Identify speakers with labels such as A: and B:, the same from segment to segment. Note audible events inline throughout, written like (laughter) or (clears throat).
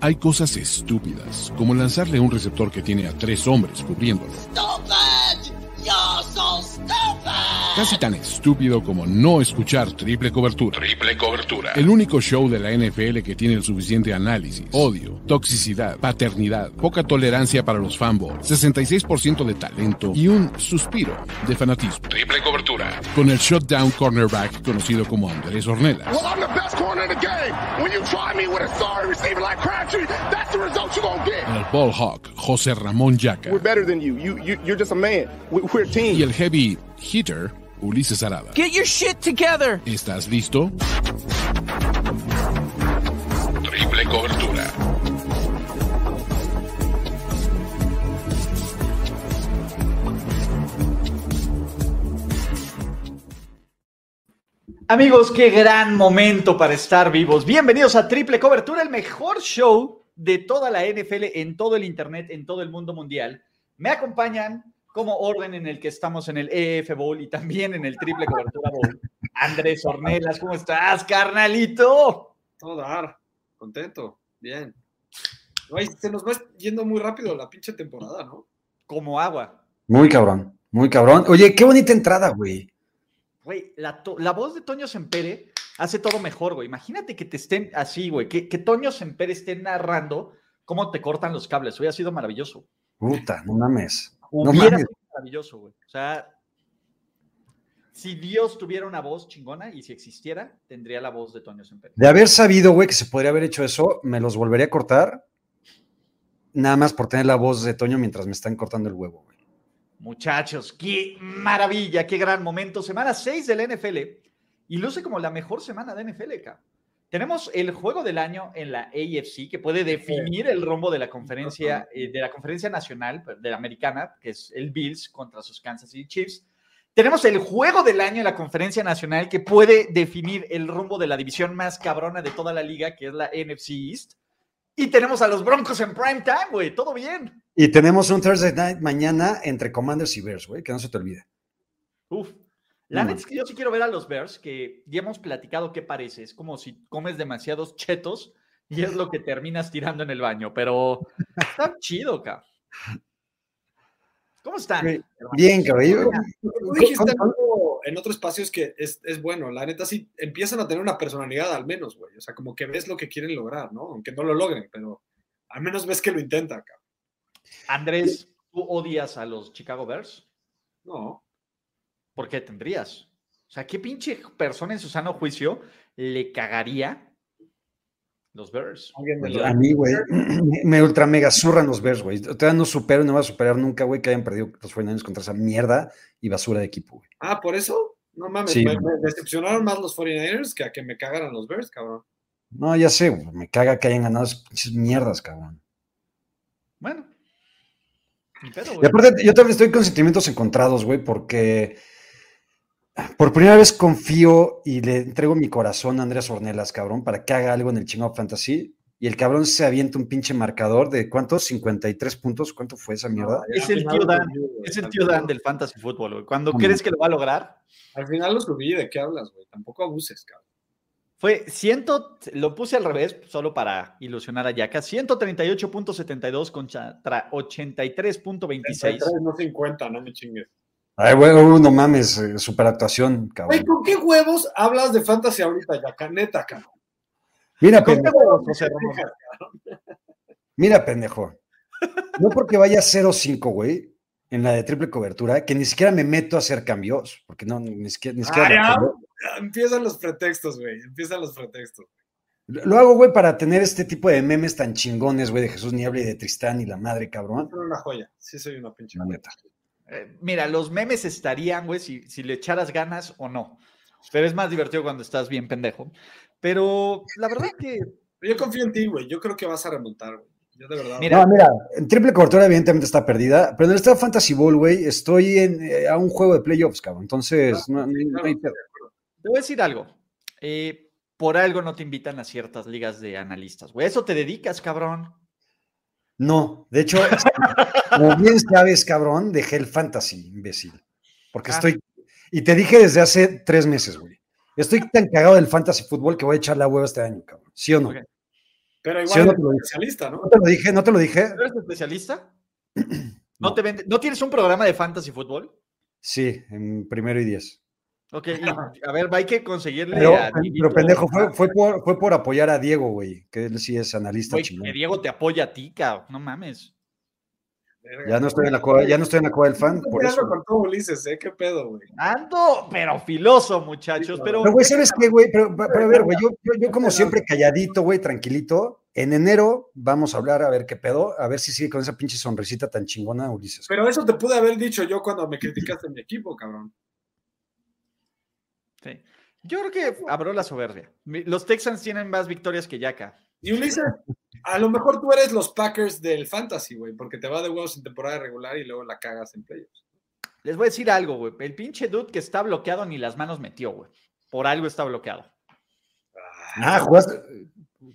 A: Hay cosas estúpidas, como lanzarle un receptor que tiene a tres hombres cubriéndolo.
B: Stupid! You're so stupid!
A: Casi tan estúpido como no escuchar triple cobertura.
C: Triple cobertura.
A: El único show de la NFL que tiene el suficiente análisis, odio, toxicidad, paternidad, poca tolerancia para los fanboys, 66% de talento y un suspiro de fanatismo.
C: Triple cobertura.
A: Con el shutdown cornerback conocido como Andrés Ornelas.
D: Well, I'm the best corner in the game. When you try me with a sorry receiver like Crabtree, that's the result you're gonna get.
A: El ball hawk José Ramón Yaca.
E: We're better than you. You, you you're just a man. We, we're a team.
A: Y el heavy hitter Ulises Arada.
F: Get your shit together.
A: ¿Estás listo?
C: Triple cobertura.
F: Amigos, qué gran momento para estar vivos. Bienvenidos a Triple Cobertura, el mejor show de toda la NFL en todo el Internet, en todo el mundo mundial. Me acompañan como orden en el que estamos en el EF Bowl y también en el Triple Cobertura Bowl. Andrés Ornelas, ¿cómo estás, carnalito?
G: Todo dar, contento, bien. Ay, se nos va yendo muy rápido la pinche temporada, ¿no?
F: Como agua.
H: Muy cabrón, muy cabrón. Oye, qué bonita entrada, güey.
F: Güey, la, to- la voz de Toño Sempere hace todo mejor, güey. Imagínate que te estén así, güey, que, que Toño Sempere esté narrando cómo te cortan los cables. Hubiera sido maravilloso.
H: Puta, no mames. No
F: Hubiera
H: mames.
F: sido maravilloso, güey. O sea, si Dios tuviera una voz chingona y si existiera, tendría la voz de Toño Sempere.
H: De haber sabido, güey, que se podría haber hecho eso, me los volvería a cortar. Nada más por tener la voz de Toño mientras me están cortando el huevo, güey.
F: Muchachos, qué maravilla, qué gran momento. Semana 6 del NFL y luce como la mejor semana de NFL, cabrón. Tenemos el juego del año en la AFC que puede definir el rumbo de la conferencia, eh, de la conferencia nacional, de la americana, que es el Bills contra sus Kansas City Chiefs. Tenemos el juego del año en la conferencia nacional que puede definir el rumbo de la división más cabrona de toda la liga, que es la NFC East. Y tenemos a los Broncos en prime time, güey. Todo bien.
H: Y tenemos un Thursday night mañana entre Commanders y Bears, güey, que no se te olvide.
F: Uf. La
H: No.
F: neta es que yo sí quiero ver a los Bears, que ya hemos platicado qué parece. Es como si comes demasiados chetos y es lo que terminas tirando en el baño, pero
H: (laughs)
F: está chido, cabrón. ¿Cómo están?
H: Güey,
F: hermanos?
H: Bien, cabello.
G: Tú dijiste algo en otro espacio es que es, es bueno. La neta, sí, empiezan a tener una personalidad al menos, güey. O sea, como que ves lo que quieren lograr, ¿no? Aunque no lo logren, pero al menos ves que lo intenta, cabrón.
F: Andrés, ¿tú odias a los Chicago Bears?
G: No.
F: ¿Por qué tendrías? O sea, ¿qué pinche persona en su sano juicio le cagaría los Bears? Pues
G: Alguien de
H: A
G: la-
H: mí, güey, (clears throat) me- me ultra mega zurran los Bears, güey. Todavía no supero y no voy a superar nunca, güey, que hayan perdido los 49 contra esa mierda y basura de equipo, güey.
G: Ah, por eso. No mames,
H: Sí.
G: me, me decepcionaron más los 49ers que a que me cagaran los Bears, cabrón.
H: No, ya sé, güey, me caga que hayan ganado esas pinches mierdas, cabrón.
F: Bueno. ni pedo,
H: Y
F: güey.
H: aparte, yo también estoy con sentimientos encontrados, güey, porque por primera vez confío y le entrego mi corazón a Andrés Ornelas, cabrón, para que haga algo en el chingado fantasy. Y el cabrón se avienta un pinche marcador de ¿cuántos? 53 puntos. ¿Cuánto fue esa mierda?
F: Es
G: Al
F: el
G: final
F: tío
G: lo
F: Dan,
G: subí, güey.
F: Es el
G: Al
F: tío
G: final-
F: Dan del fantasy fútbol, güey. Cuando
H: Hombre.
F: crees que lo va a lograr,
G: Al final lo subí, ¿de qué hablas, güey? Tampoco abuses, cabrón.
F: fue 100, lo puse al revés, solo para ilusionar a Yaka, 138.72 contra 83.26.
G: 33, no 50, no me chingues.
H: Ay, güey, uh, no mames, eh, superactuación,
G: Güey,
H: cabrón.
G: ¿con qué huevos hablas de fantasy ahorita, ya? Neta, cabrón.
H: Mira,
F: ¿Con qué
H: pendejo,
F: huevos, José Ramón?
H: mira, pendejo. No porque vaya 0-5, güey, en la de triple cobertura, que ni siquiera me meto a hacer cambios, porque no, ni siquiera... Ni siquiera
G: Ah,
H: me
G: ya.
H: acuerdo.
G: Empiezan los pretextos, güey. Empiezan los pretextos.
H: Lo lo hago, güey, para tener este tipo de memes tan chingones, güey, de Jesús Niebla y de Tristán y la madre, cabrón.
G: Soy una joya. Sí, soy una pinche.
H: La neta.
F: Eh, Mira, los memes estarían, güey, si, si le echaras ganas o no. Pero es más divertido cuando estás bien pendejo. Pero la verdad es que
G: Yo confío en ti, güey. Yo creo que vas a remontar, güey. Yo de verdad.
F: Mira.
H: No, mira, en triple cobertura evidentemente está perdida, pero en esta Fantasy Bowl, güey, estoy en, eh, a un juego de playoffs, cabrón.
F: Ah,
H: Entonces, no, no hay- no hay pedo.
F: Te voy a decir algo. eh, por algo no te invitan a ciertas ligas de analistas, güey. Eso te dedicas, cabrón.
H: No, de hecho, (laughs) como bien sabes, cabrón, dejé el Fantasy, imbécil. Porque
F: Ah.
H: estoy... Y te dije desde hace tres meses, güey. Estoy tan cagado del Fantasy Fútbol que voy a echar la hueva este año, cabrón. ¿Sí o no?
F: Ok.
G: Pero igual
H: Sí, yo no
G: eres
H: te lo dije.
G: especialista, ¿no?
H: No te lo dije, no te lo dije.
F: ¿No eres especialista? ¿No, te vende- ¿No tienes un programa de fantasy fútbol?
H: Sí, en primero y diez.
F: Ok, y- a ver, va, hay que conseguirle
H: Pero,
F: a Dieguito-
H: pero, pendejo, fue, fue por, fue por apoyar a Diego, güey, que él sí es analista
F: Güey,
H: chingón.
F: que Diego te apoya a ti, cabrón. No mames.
G: Verga.
H: Ya no estoy en la cueva, ya no estoy en la cueva del fan,
G: Estoy
H: por
G: peleando
H: eso.
G: con todo Ulises, ¿eh? ¿Qué pedo, güey?
F: Ando, pero filoso, muchachos. Pero,
H: Pero, güey, ¿sabes qué, güey? Pero, pa- pero a ver, güey, yo, yo- yo como siempre calladito, güey, tranquilito. En enero vamos a hablar a ver qué pedo, a ver si sigue con esa pinche sonrisita tan chingona, Ulises.
G: Pero eso te pude haber dicho yo cuando me criticaste en mi equipo, cabrón.
F: Sí. Yo creo que abrió la soberbia. Mi- Los Texans tienen más victorias que Yaka.
G: Y Ulises, a lo mejor tú eres los Packers del Fantasy, güey, porque te va de huevos en temporada regular y luego la cagas en playoffs.
F: Les voy a decir algo, güey. El pinche dude que está bloqueado ni las manos metió, güey. Por algo está bloqueado.
H: Ah, jugaste.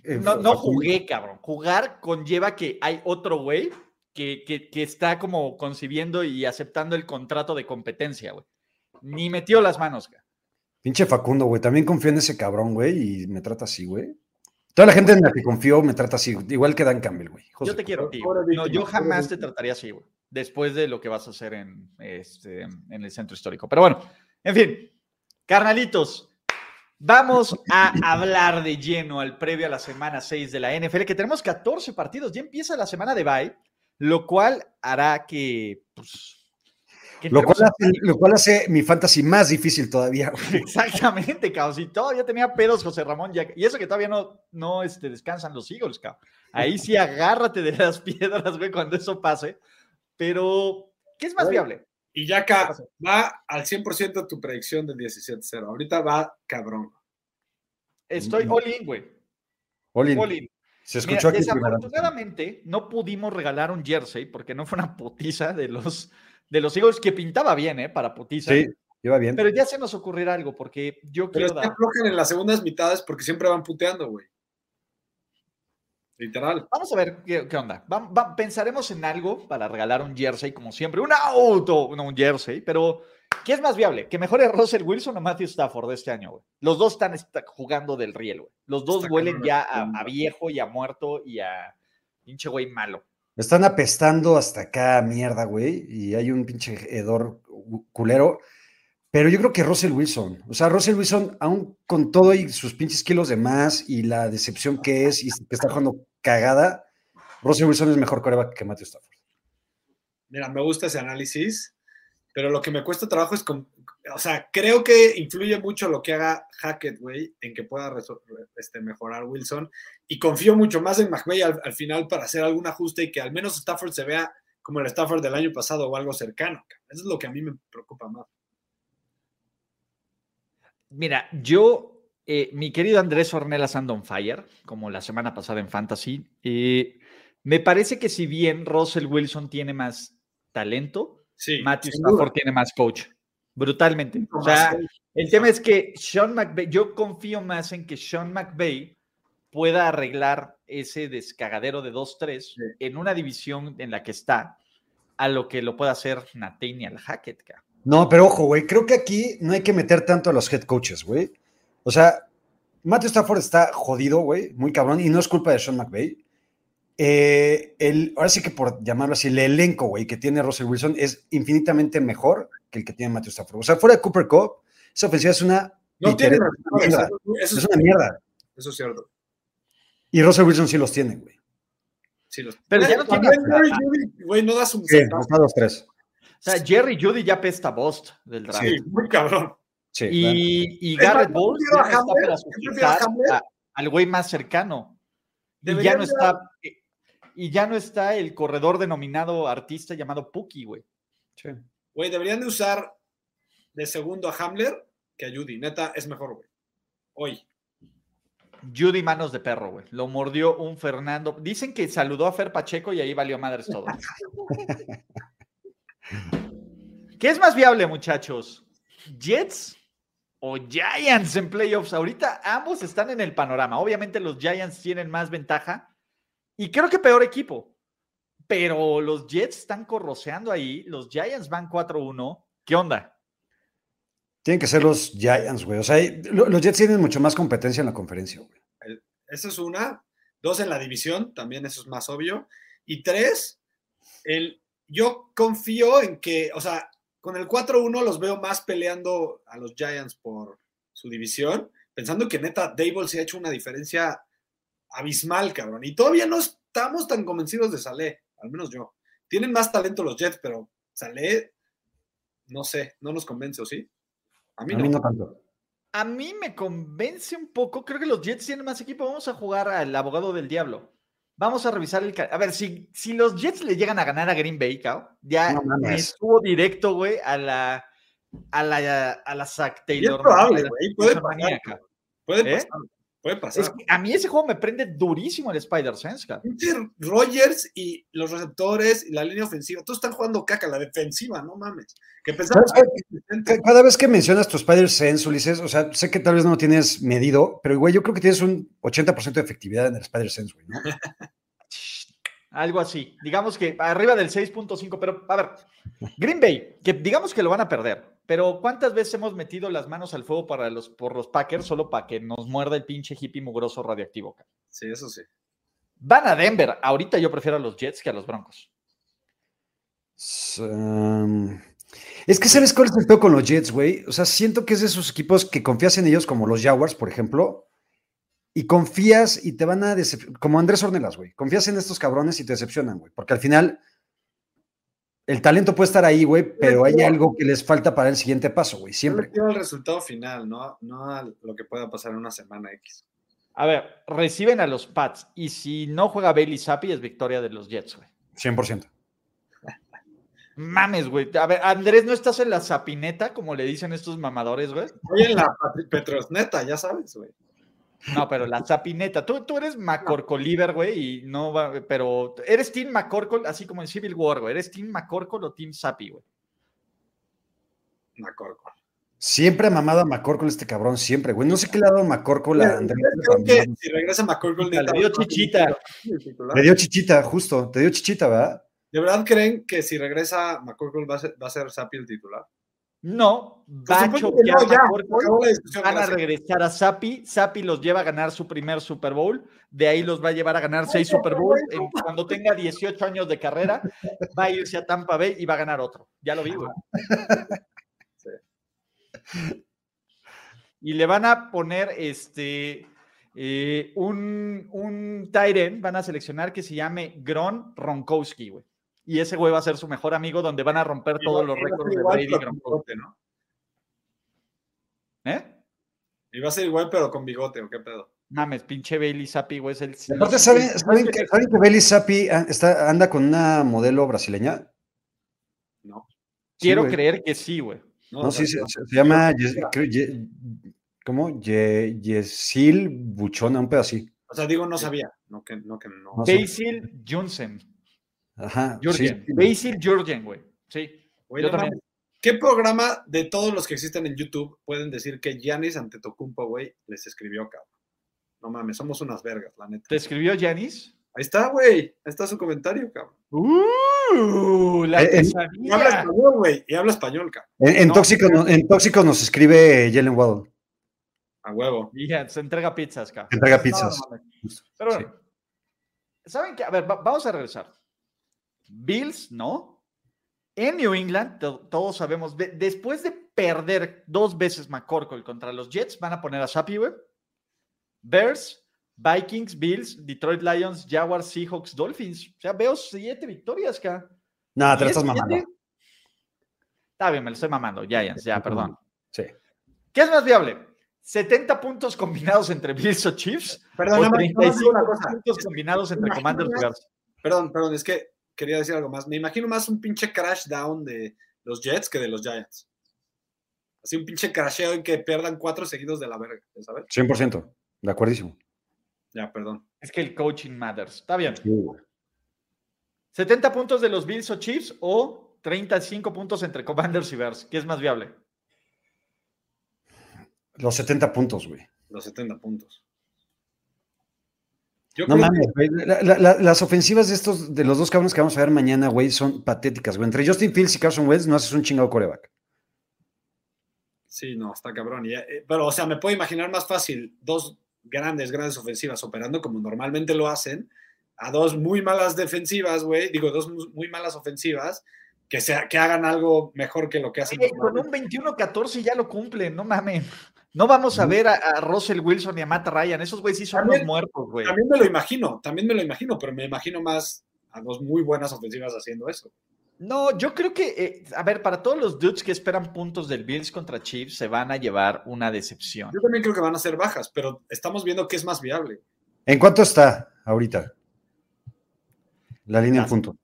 H: eh,
F: No, no
H: Facundo.
F: jugué, cabrón. Jugar conlleva que hay otro güey que, que- que está como concibiendo y aceptando el contrato de competencia, güey. Ni metió las manos, güey.
H: Pinche Facundo, güey. También confío en ese cabrón, güey, y me trata así, güey. Toda la gente en la que confío me trata así, igual que Dan Campbell, güey. Hijos
F: Yo
H: de
F: te quiero,
H: puta.
F: tío. No, yo jamás te trataría así, güey. Después de lo que vas a hacer en, este, en el centro histórico. Pero bueno, en fin, carnalitos, vamos a hablar de lleno al previo a la semana 6 de la NFL, que tenemos 14 partidos. Ya empieza la semana de bye, lo cual hará que. pues, que
H: Lo
F: entremos
H: cual,
F: en
H: hace, lo cual hace mi fantasy más difícil todavía, güey.
F: Exactamente, cabrón. Si todavía tenía pedos José Ramón, ya- y eso que todavía no, no este, descansan los Eagles, cabrón. Ahí sí agárrate de las (laughs) piedras, güey, cuando eso pase. Pero, ¿qué es más
G: Oye.
F: viable?
G: Y ya acá va al 100% tu predicción del 17-0. Ahorita va cabrón.
F: Estoy all in, güey.
H: Olin,
F: All in.
H: se
F: Mira,
H: escuchó aquí primero.
F: desafortunadamente no pudimos regalar un jersey porque no fue una putiza de los, de los Eagles que pintaba bien, ¿eh? Para putiza.
H: Sí, iba bien.
F: Pero ya se nos ocurrirá algo porque yo
G: Pero
F: quiero
G: está
F: dar.
G: aflojan en las segundas mitades porque siempre van puteando, güey. Literal.
F: Vamos a ver qué, qué onda. Va- va- pensaremos en algo para regalar un jersey, como siempre. Un auto, no un jersey, pero ¿qué es más viable? ¿Que mejore Russell Wilson o Matthew Stafford de este año, güey? Los dos están esta- jugando del riel, güey. Los dos
G: Está
F: huelen
G: cabrón este
F: ya
G: la
F: a,
G: onda.
F: a viejo y a muerto y a pinche güey malo.
H: Están apestando hasta acá, mierda, güey. Y hay un pinche hedor cu- culero. Pero yo creo que Russell Wilson. O sea, Russell Wilson, aún con todo y sus pinches kilos de más y la decepción que es y que está jugando cagada, Russell Wilson es mejor coreback que Matthew Stafford.
G: Mira, me gusta ese análisis, pero lo que me cuesta trabajo es, con, o sea, creo que influye mucho lo que haga Hackett, güey, en que pueda resol- este, mejorar Wilson. Y confío mucho más en McVay al, al final para hacer algún ajuste y que al menos Stafford se vea como el Stafford del año pasado o algo cercano. cabrón. Eso es lo que a mí me preocupa más.
F: Mira, yo, eh, mi querido Andrés Ornelas anda on fire, como la semana pasada en Fantasy. eh, me parece que si bien Russell Wilson tiene más talento,
G: Sí,
F: Matthew
G: sin duda.
F: Stafford tiene más coach. Brutalmente. O
G: Más
F: sea,
G: coach.
F: el tema es que Sean McVay, yo confío más en que Sean McVay pueda arreglar ese descagadero de 2-3 en una división en la que está a lo que lo pueda hacer Nathaniel Hackett. ca.
H: No, pero ojo, güey, creo que aquí no hay que meter tanto a los head coaches, güey. O sea, Matthew Stafford está jodido, güey, muy cabrón, y no es culpa de Sean McVay. Eh, el, ahora sí que por llamarlo así, el elenco, güey, que tiene Russell Wilson es infinitamente mejor que el que tiene Matthew Stafford. O sea, fuera de Cooper Cup, esa ofensiva es una,
G: No tiene
H: literal-
G: receptores,
H: mierda.
G: eso,
H: es
G: eso,
H: una mierda.
G: eso es cierto.
H: Y Russell Wilson sí los tiene, güey.
G: Sí, los-
F: Pero ya no tiene-
G: También Jerry Judy, Güey, no das un
H: Sí,
G: centavo.
H: está dos, tres.
F: O sea, Jerry Judy ya pesta Bost del draft.
G: Sí, muy cabrón.
H: Sí, claro.
F: Y, y
G: Es más,
F: Garrett
G: yo
F: Bowles ya
G: prefiero a
F: no está
G: Hamler,
F: para
G: yo prefiero a
F: sustituir
G: Hamler.
F: a- al güey más cercano. Y ya
G: Deberían
F: no
G: de-
F: está y ya no está el corredor denominado artista llamado Puki, güey.
G: Güey, deberían de usar de segundo a Hamler que a Judy. Neta, es mejor, güey. Hoy.
F: Judy manos de perro, güey. Lo mordió un Fernando. Dicen que saludó a Fer Pacheco y ahí valió madres todo. ¿Qué es más viable, muchachos? ¿Jets o Giants en playoffs? Ahorita ambos están en el panorama. Obviamente los Giants tienen más ventaja y creo que peor equipo. Pero los Jets están corroceando ahí. Los Giants van 4-1. ¿Qué onda?
H: Tienen que ser los Giants, güey. O sea, lo- los Jets tienen mucho más competencia en la conferencia, güey.
G: Esa es una. Dos en la división, también eso es más obvio. Y tres, el, yo confío en que, o sea, con el 4-1 los veo más peleando a los Giants por su división, pensando que neta Dable se ha hecho una diferencia abismal, cabrón. Y todavía no estamos tan convencidos de Saleh, al menos yo. Tienen más talento los Jets, pero Saleh, no sé, no nos convence, ¿o sí? A mí
H: A
G: no.
H: mí no tanto.
F: A mí me convence un poco. Creo que los Jets tienen más equipo. Vamos a jugar al abogado del diablo. Vamos a revisar el. ca- A ver, si, si los Jets le llegan a ganar a Green Bay, cao, ya
H: No mames.
F: me estuvo directo, güey, a la. A la. A la Zac
G: Y es
F: Taylor.
G: probable,
F: a la
G: güey, puede
F: Jackson
G: pasar,
F: maníaca.
G: Puede
F: ¿Eh?
G: pasar, puede pasar.
F: Es que a mí ese juego me prende durísimo el Spider-Sense, cao.
G: Pinche Rogers y los receptores y la línea ofensiva, todos están jugando caca, la defensiva, no mames. Que pensamos
H: ¿Sabes
G: que es
H: Ca-
G: decente.
H: Cada vez que mencionas tu Spider-Sense, Ulises, o sea, sé que tal vez no lo tienes medido, pero güey, yo creo que tienes un 80% de efectividad en el Spider-Sense, güey, ¿no?
F: Algo así. Digamos que arriba del 6.5, pero a ver, Green Bay, que digamos que lo van a perder, pero ¿cuántas veces hemos metido las manos al fuego para los, por los Packers solo para que nos muerda el pinche hippie mugroso radioactivo? cabrón?
G: Sí, eso sí.
F: Van a Denver. Ahorita yo prefiero a los Jets que a los Broncos.
H: S- um, Es que sabes cuál es el peor con los Jets, güey. O sea, siento que es de esos equipos que confías en ellos, como los Jaguars, por ejemplo, y confías y te van a decepcionar, como Andrés Ornelas, güey. Confías en estos cabrones y te decepcionan, güey. Porque al final, el talento puede estar ahí, güey, pero hay algo que les falta para el siguiente paso, güey.
G: Yo
H: Siempre.
G: les quiero el resultado final, no, no a lo que pueda pasar en una semana X.
F: A ver, reciben a los Pats y si no juega Bailey Zappi es victoria de los Jets, güey.
H: 100%.
F: Mames, güey. A ver, Andrés, ¿no estás en la zapineta, como le dicen estos mamadores, güey?
G: Hoy en la Patri- Petrosneta, ya sabes, güey.
F: No, pero la zapineta. Tú, tú eres McCorkoliver, güey, y no va, pero eres Team McCorkle, así como en Civil War, güey. ¿Eres Team McCorkle o Team Sapi, güey?
G: Macorco.
H: Siempre ha mamado a McCorkle este cabrón, siempre, güey. No sé qué le ha dado McCorkle a Andrés.
G: Creo que si regresa Macorco,
F: Le dio chichita.
H: Le dio chichita, justo. Te dio chichita, ¿verdad?
G: ¿De verdad creen que si regresa McCorkle va a ser, va a ser Sapi el titular?
F: No,
G: Por
F: va a
G: supuesto que
F: choquear
G: no, ya,
F: a McCorkle,
G: acabó la discusión,
F: Van a
G: gracias.
F: regresar a Sapi. Sapi los lleva a ganar su primer Super Bowl. De ahí los va a llevar a ganar seis Super Bowls. En- Cuando tenga 18 años de carrera, va a irse a Tampa Bay y va a ganar otro. Ya lo vi, güey. Y le van a poner este eh, un, un tight end, van a seleccionar que se llame Gron Ronkowski, güey. Y ese güey va a ser su mejor amigo, donde van a romper todos los
G: Iba a ser
F: récords de
G: igual,
F: Brady y
G: pero con
F: Gronkowski.
G: bigote, ¿no?
F: ¿Eh?
G: Y va a ser igual, pero con bigote, ¿o qué pedo?
F: Mames, pinche Bailey Zappi, güey, es el.
H: Aparte,
F: el-
H: ¿saben,
F: el-
H: saben que, saben que Bailey Zappi an- ah, está- anda con una modelo brasileña?
G: No.
F: Quiero
H: güey.
F: creer que sí, güey.
G: No,
H: No,
G: o sea,
H: sí, se, se- se llama. Yes- creo Ye- ¿Cómo? Ye- Yesil Buchona, un pedo así.
G: O sea, digo, no sabía. No que no. Que no.
H: No sé.
F: Basil Junsen.
H: Ajá. sí,
F: Jurgen.
H: sí.
F: Basil Jurgen, güey. Sí.
G: Güey,
F: Yo
G: no mames.
F: también.
G: ¿Qué programa de todos los que existen en YouTube pueden decir que Giannis Antetokounmpo, güey, les escribió, cabrón? No mames, somos unas vergas, la neta.
F: ¿Te escribió Janis?
H: Eh,
G: Ahí está, güey. Ahí está su comentario, cabrón.
F: ¡Uh! La
H: Eh,
F: que
H: eh,
G: Y habla
F: sabía.
G: español, güey. Y habla español, cabrón.
H: En, en
F: No,
H: tóxico, no- en Tóxico nos escribe Jalen Waddle.
F: (laughs)
G: A huevo.
F: Ya, se entrega pizzas, cabrón.
H: que Entrega
F: No, no
H: pizzas.
F: mames. Pero bueno. ¿Saben qué? A ver, va- vamos a regresar. Bills, ¿no? En New England, to- todos sabemos, de- después de perder dos veces McCorkle contra los Jets, van a poner a Sapi, güey. Bears, Vikings, Bills, Detroit Lions, Jaguars, Seahawks, Dolphins. O sea, veo siete victorias, acá.
H: No, te lo estás mamando.
F: Está bien, me lo estoy mamando. Giants, ya, perdón.
H: Sí.
F: ¿Qué es más viable? ¿70 puntos combinados entre Bills o Chiefs?
G: Perdón,
F: o
G: nada más, nada más
F: 35
G: digo una cosa.
F: puntos combinados entre
G: imagino
F: Commanders y
G: más-
F: Bears?
G: Perdón, perdón, es que quería decir algo más. Me imagino más un pinche crash down de los Jets que de los Giants. Así un pinche crasheo en que pierdan cuatro seguidos de la verga, ya ¿sabes?
H: 100%. De acuerdísimo.
G: Ya, perdón.
F: Es que el coaching matters. Está bien.
H: Sí, güey.
F: 70 puntos de los Bills o Chiefs o 35 puntos entre Commanders y Bears. ¿Qué es más viable?
H: Los 70 puntos, güey.
G: Los 70 puntos. Yo
H: No
G: creo
H: mames, güey. La- la- la- las ofensivas de estos, de los dos cabrones que vamos a ver mañana, güey, son patéticas, güey. Entre Justin Fields y Carson Wentz no haces un chingado coreback.
G: eh, Sí, no, está cabrón. y ya- eh, pero, o sea, me puedo imaginar más fácil dos grandes, grandes ofensivas operando como normalmente lo hacen, a dos muy malas defensivas, güey, digo, dos mu- muy malas ofensivas, que, sea, que hagan algo mejor que lo que hacen.
F: Oye, con
G: normalmente.
F: un 21-14 ya lo cumplen, no mames. No vamos a ver a, a Russell Wilson y a Matt Ryan. Esos güeyes sí son
G: También-
F: los muertos, güey.
G: También me lo imagino, también me lo imagino, pero me imagino más a dos muy buenas ofensivas haciendo eso.
F: No, yo creo que, eh, a ver, para todos los dudes que esperan puntos del Bills contra Chiefs, se van a llevar una decepción.
G: Yo también creo que van a ser bajas, pero estamos viendo qué es más viable.
H: ¿En cuánto está ahorita? La línea en punto.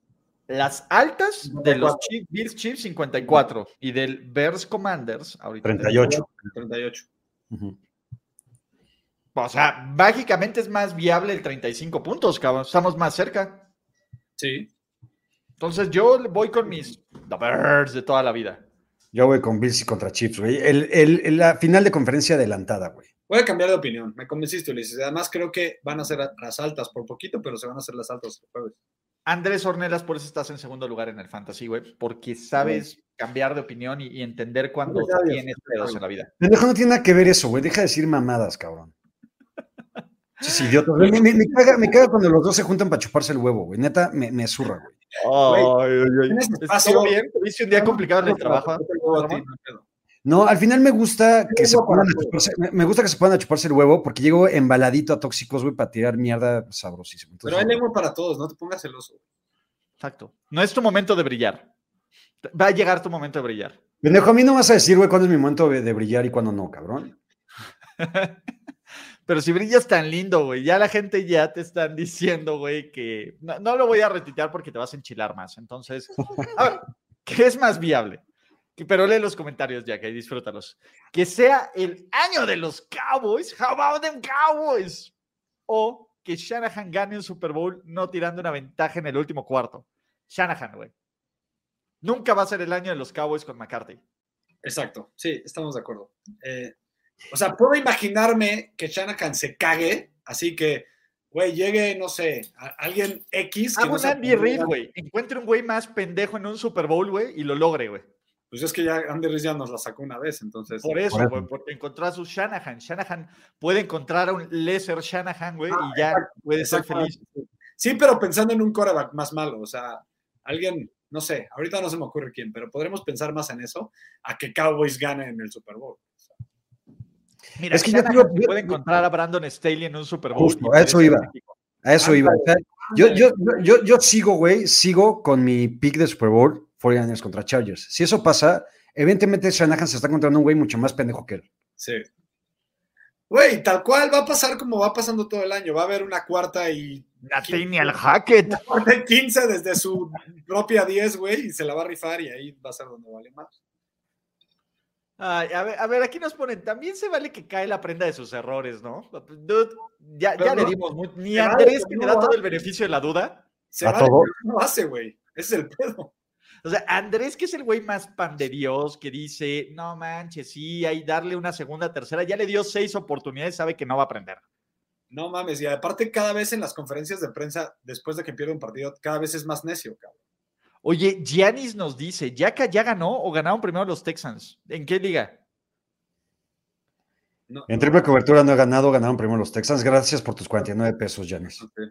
F: Las altas de los Chiefs, Bills Chiefs 54 y del Bears Commanders, ahorita.
H: 38.
G: 38.
H: Ujú.
F: O sea, mágicamente es más viable el 35 puntos, cabrón. Estamos más cerca.
G: Sí.
F: Entonces yo le voy con mis The Bears de toda la vida.
H: Yo voy con Bills y contra Chips, güey. El- el- el- la final de conferencia adelantada, güey.
G: Voy a cambiar de opinión. Me convenciste, Ulises. Además, creo que van a ser a- las altas por poquito, pero se van a hacer las altas el jueves.
F: Andrés Ornelas, por eso estás en segundo lugar en el Fantasy, güey, porque sabes cambiar de opinión y, y entender cuándo
G: Gracias.
F: tienes pedos en la vida.
H: Pendejo, no tiene nada que ver eso, güey. Deja de decir mamadas, cabrón. Chis idiotas. güey. Me, me- me caga, me caga cuando los dos se juntan para chuparse el huevo, güey. Neta, me, me zurra, güey.
G: Tienes espacio.
F: ¿Todo bien? ¿Tuviste un día complicado en el trabajo?
G: Yo te lo hago a ti, no hay pedo.
H: No, al final me gusta que se
G: Huevo
H: pongan
G: para
H: a
G: todos.
H: chuparse, me- me gusta que se puedan chuparse el huevo porque llego embaladito a tóxicos, güey, para tirar mierda sabrosísimo.
G: Pero
F: Pues
H: Entonces,
G: hay lengua para todos, no te pongas celoso.
F: Exacto. No es tu momento de brillar. Va a llegar tu momento de brillar.
H: pendejo, a mí no vas a decir, güey, cuándo es mi momento de, de brillar y cuándo no, cabrón.
F: Pero si brillas tan lindo, güey, ya la gente ya te están (laughs) diciendo, güey, que no, no lo voy a retitear porque te vas a enchilar más.
G: (laughs)
F: Entonces, a ver, ¿qué es más viable? Que- Pero lee los comentarios ya, que disfrútalos. Que sea el año de los Cowboys, how about them Cowboys? O que Shanahan gane un Super Bowl no tirando una ventaja en el último cuarto. Shanahan, güey. Nunca va a ser el año de los Cowboys con McCarthy.
G: Exacto, sí, estamos de acuerdo. Eh, o sea, puedo imaginarme que Shanahan se cague, así que, güey, llegue, no sé, a- alguien X. que
F: Hago
G: no
F: un
G: sea-
F: Ah, Andy Reid, güey. Encuentre un güey más pendejo en un Super Bowl, güey, y lo logre, güey.
G: Pues es que ya Andy Reid ya nos la sacó una vez, entonces.
F: Por eso,
H: eso.
F: güey, porque encontró a su Shanahan. Shanahan puede encontrar a un lesser Shanahan, güey,
G: Ah,
F: y ya puede ser
G: Exactamente.
F: feliz.
G: Sí, pero pensando en un coreback más malo, o sea, alguien, no sé, ahorita no se me ocurre quién, pero podremos pensar más en eso, a que Cowboys gane en el Super Bowl.
F: Mira,
H: Es que yo
F: Shanahan
H: creo- yo-
F: puede encontrar a Brandon Staley en un Super Bowl.
H: Justo,
F: y
H: a
F: puede
H: eso
F: ser
H: iba.
F: México.
H: A eso iba. O sea, yo, yo, yo- yo, yo sigo, güey, sigo con mi pick de Super Bowl 49ers contra Chargers. Si eso pasa, evidentemente Shanahan se está encontrando un güey mucho más pendejo que él.
G: Sí. Güey, tal cual va a pasar como va pasando todo el año. Va a haber una cuarta y. (laughs)
F: Nathaniel Hackett.
G: cuarta y 15 desde su propia 10, güey, y se la va a rifar y ahí va a ser donde vale más.
F: Ay, a, ver, a ver, aquí nos ponen, también se vale que cae la prenda de sus errores, ¿no? Dude, ya
G: Pero
F: ya le
G: no,
F: dimos mu- Ni
G: se vale
F: Andrés,
G: que
F: que
G: no
F: te da
G: lo
F: todo el
G: hace.
F: beneficio de la duda.
G: Se
H: ¿A
G: vale,
H: todo?
G: pero no lo hace, güey. Ese es el pedo.
F: O sea, Andrés, que es el güey más pan de Dios, que dice, no manches, sí, hay darle una segunda, tercera, ya le dio seis oportunidades, sabe que no va a aprender.
G: No mames, y aparte cada vez en las conferencias de prensa, después de que pierde un partido, cada vez es más necio, cabrón.
F: Oye, Giannis nos dice, ¿Yaka ya ganó o ganaron primero los Texans? ¿En qué liga?
G: No,
H: En
G: no,
H: triple cobertura no he ganado, ganaron primero los Texans. Gracias por tus 49 pesos, Janis.
G: no sé.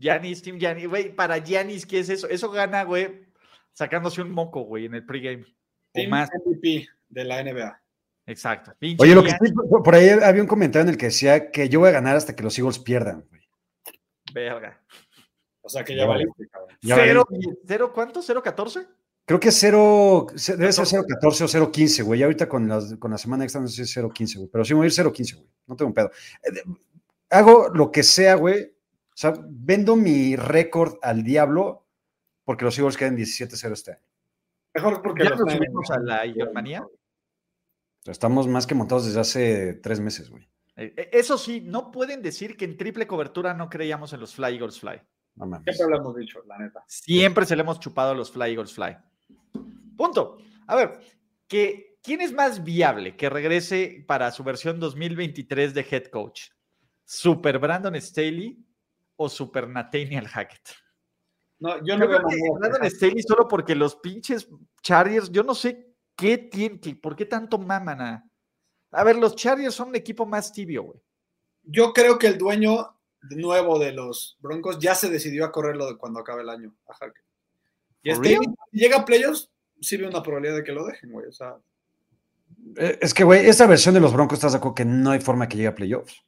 F: Giannis, Team Giannis, güey, para Giannis, ¿qué es eso? Eso gana, güey, sacándose un moco, güey, en el pregame. O
G: Team
F: más,
G: MVP de la NBA.
F: exacto. Pinche
H: Oye, lo que
F: Giannis,
H: sí, por- por ahí había un comentario en el que decía que yo voy a ganar hasta que los Eagles pierdan. güey.
F: Verga.
G: O sea que
H: Ya
G: ya
H: vale.
G: valiste, cabrón.
H: Ya
F: ¿Cero,
H: valí.
F: ¿Cero cuánto? ¿Cero catorce?
H: Creo que es 0, se- debe ser 0.14 o 0.15, güey. Ya ahorita con, las- con la semana extra no sé si es 0.15, güey. Pero sí me voy a ir 0.15, güey. No tengo un pedo. Eh, de- Hago lo que sea, güey. O sea, vendo mi récord al diablo porque los Eagles queden 17-0 este año.
G: Mejor porque
F: Ya
G: los
F: nos
G: Niners-
F: subimos a la Ironmanía.
H: O sea, Estamos más que montados desde hace tres meses, güey.
F: Eh, eh, Eso sí, no pueden decir que en triple cobertura no creíamos en los Fly Eagles Fly.
H: No mames.
G: Siempre lo hemos dicho, la neta.
F: Siempre se le hemos chupado a los Fly Eagles Fly. Punto. A ver, que, ¿quién es más viable que regrese para su versión 2023 de head coach? ¿Super Brandon Staley o Super Nathaniel Hackett?
G: No, yo
F: Yo
G: no
F: creo
G: veo
F: que
G: manera
F: Brandon
G: de-
F: Staley solo porque los pinches Chargers, yo no sé qué tienen, que- por qué tanto maman a... A ver, los Chargers son un equipo más tibio, güey.
G: yo creo que el dueño nuevo de los Broncos ya se decidió a correrlo de cuando acabe el año a Hackett. Y
F: ¿For
G: este,
F: real?
G: llega a playoffs, sí veo una probabilidad de que lo dejen, güey. O sea,
H: Eh, Es que, güey, esta versión de los Broncos estás de acuerdo que no hay forma que llegue a playoffs.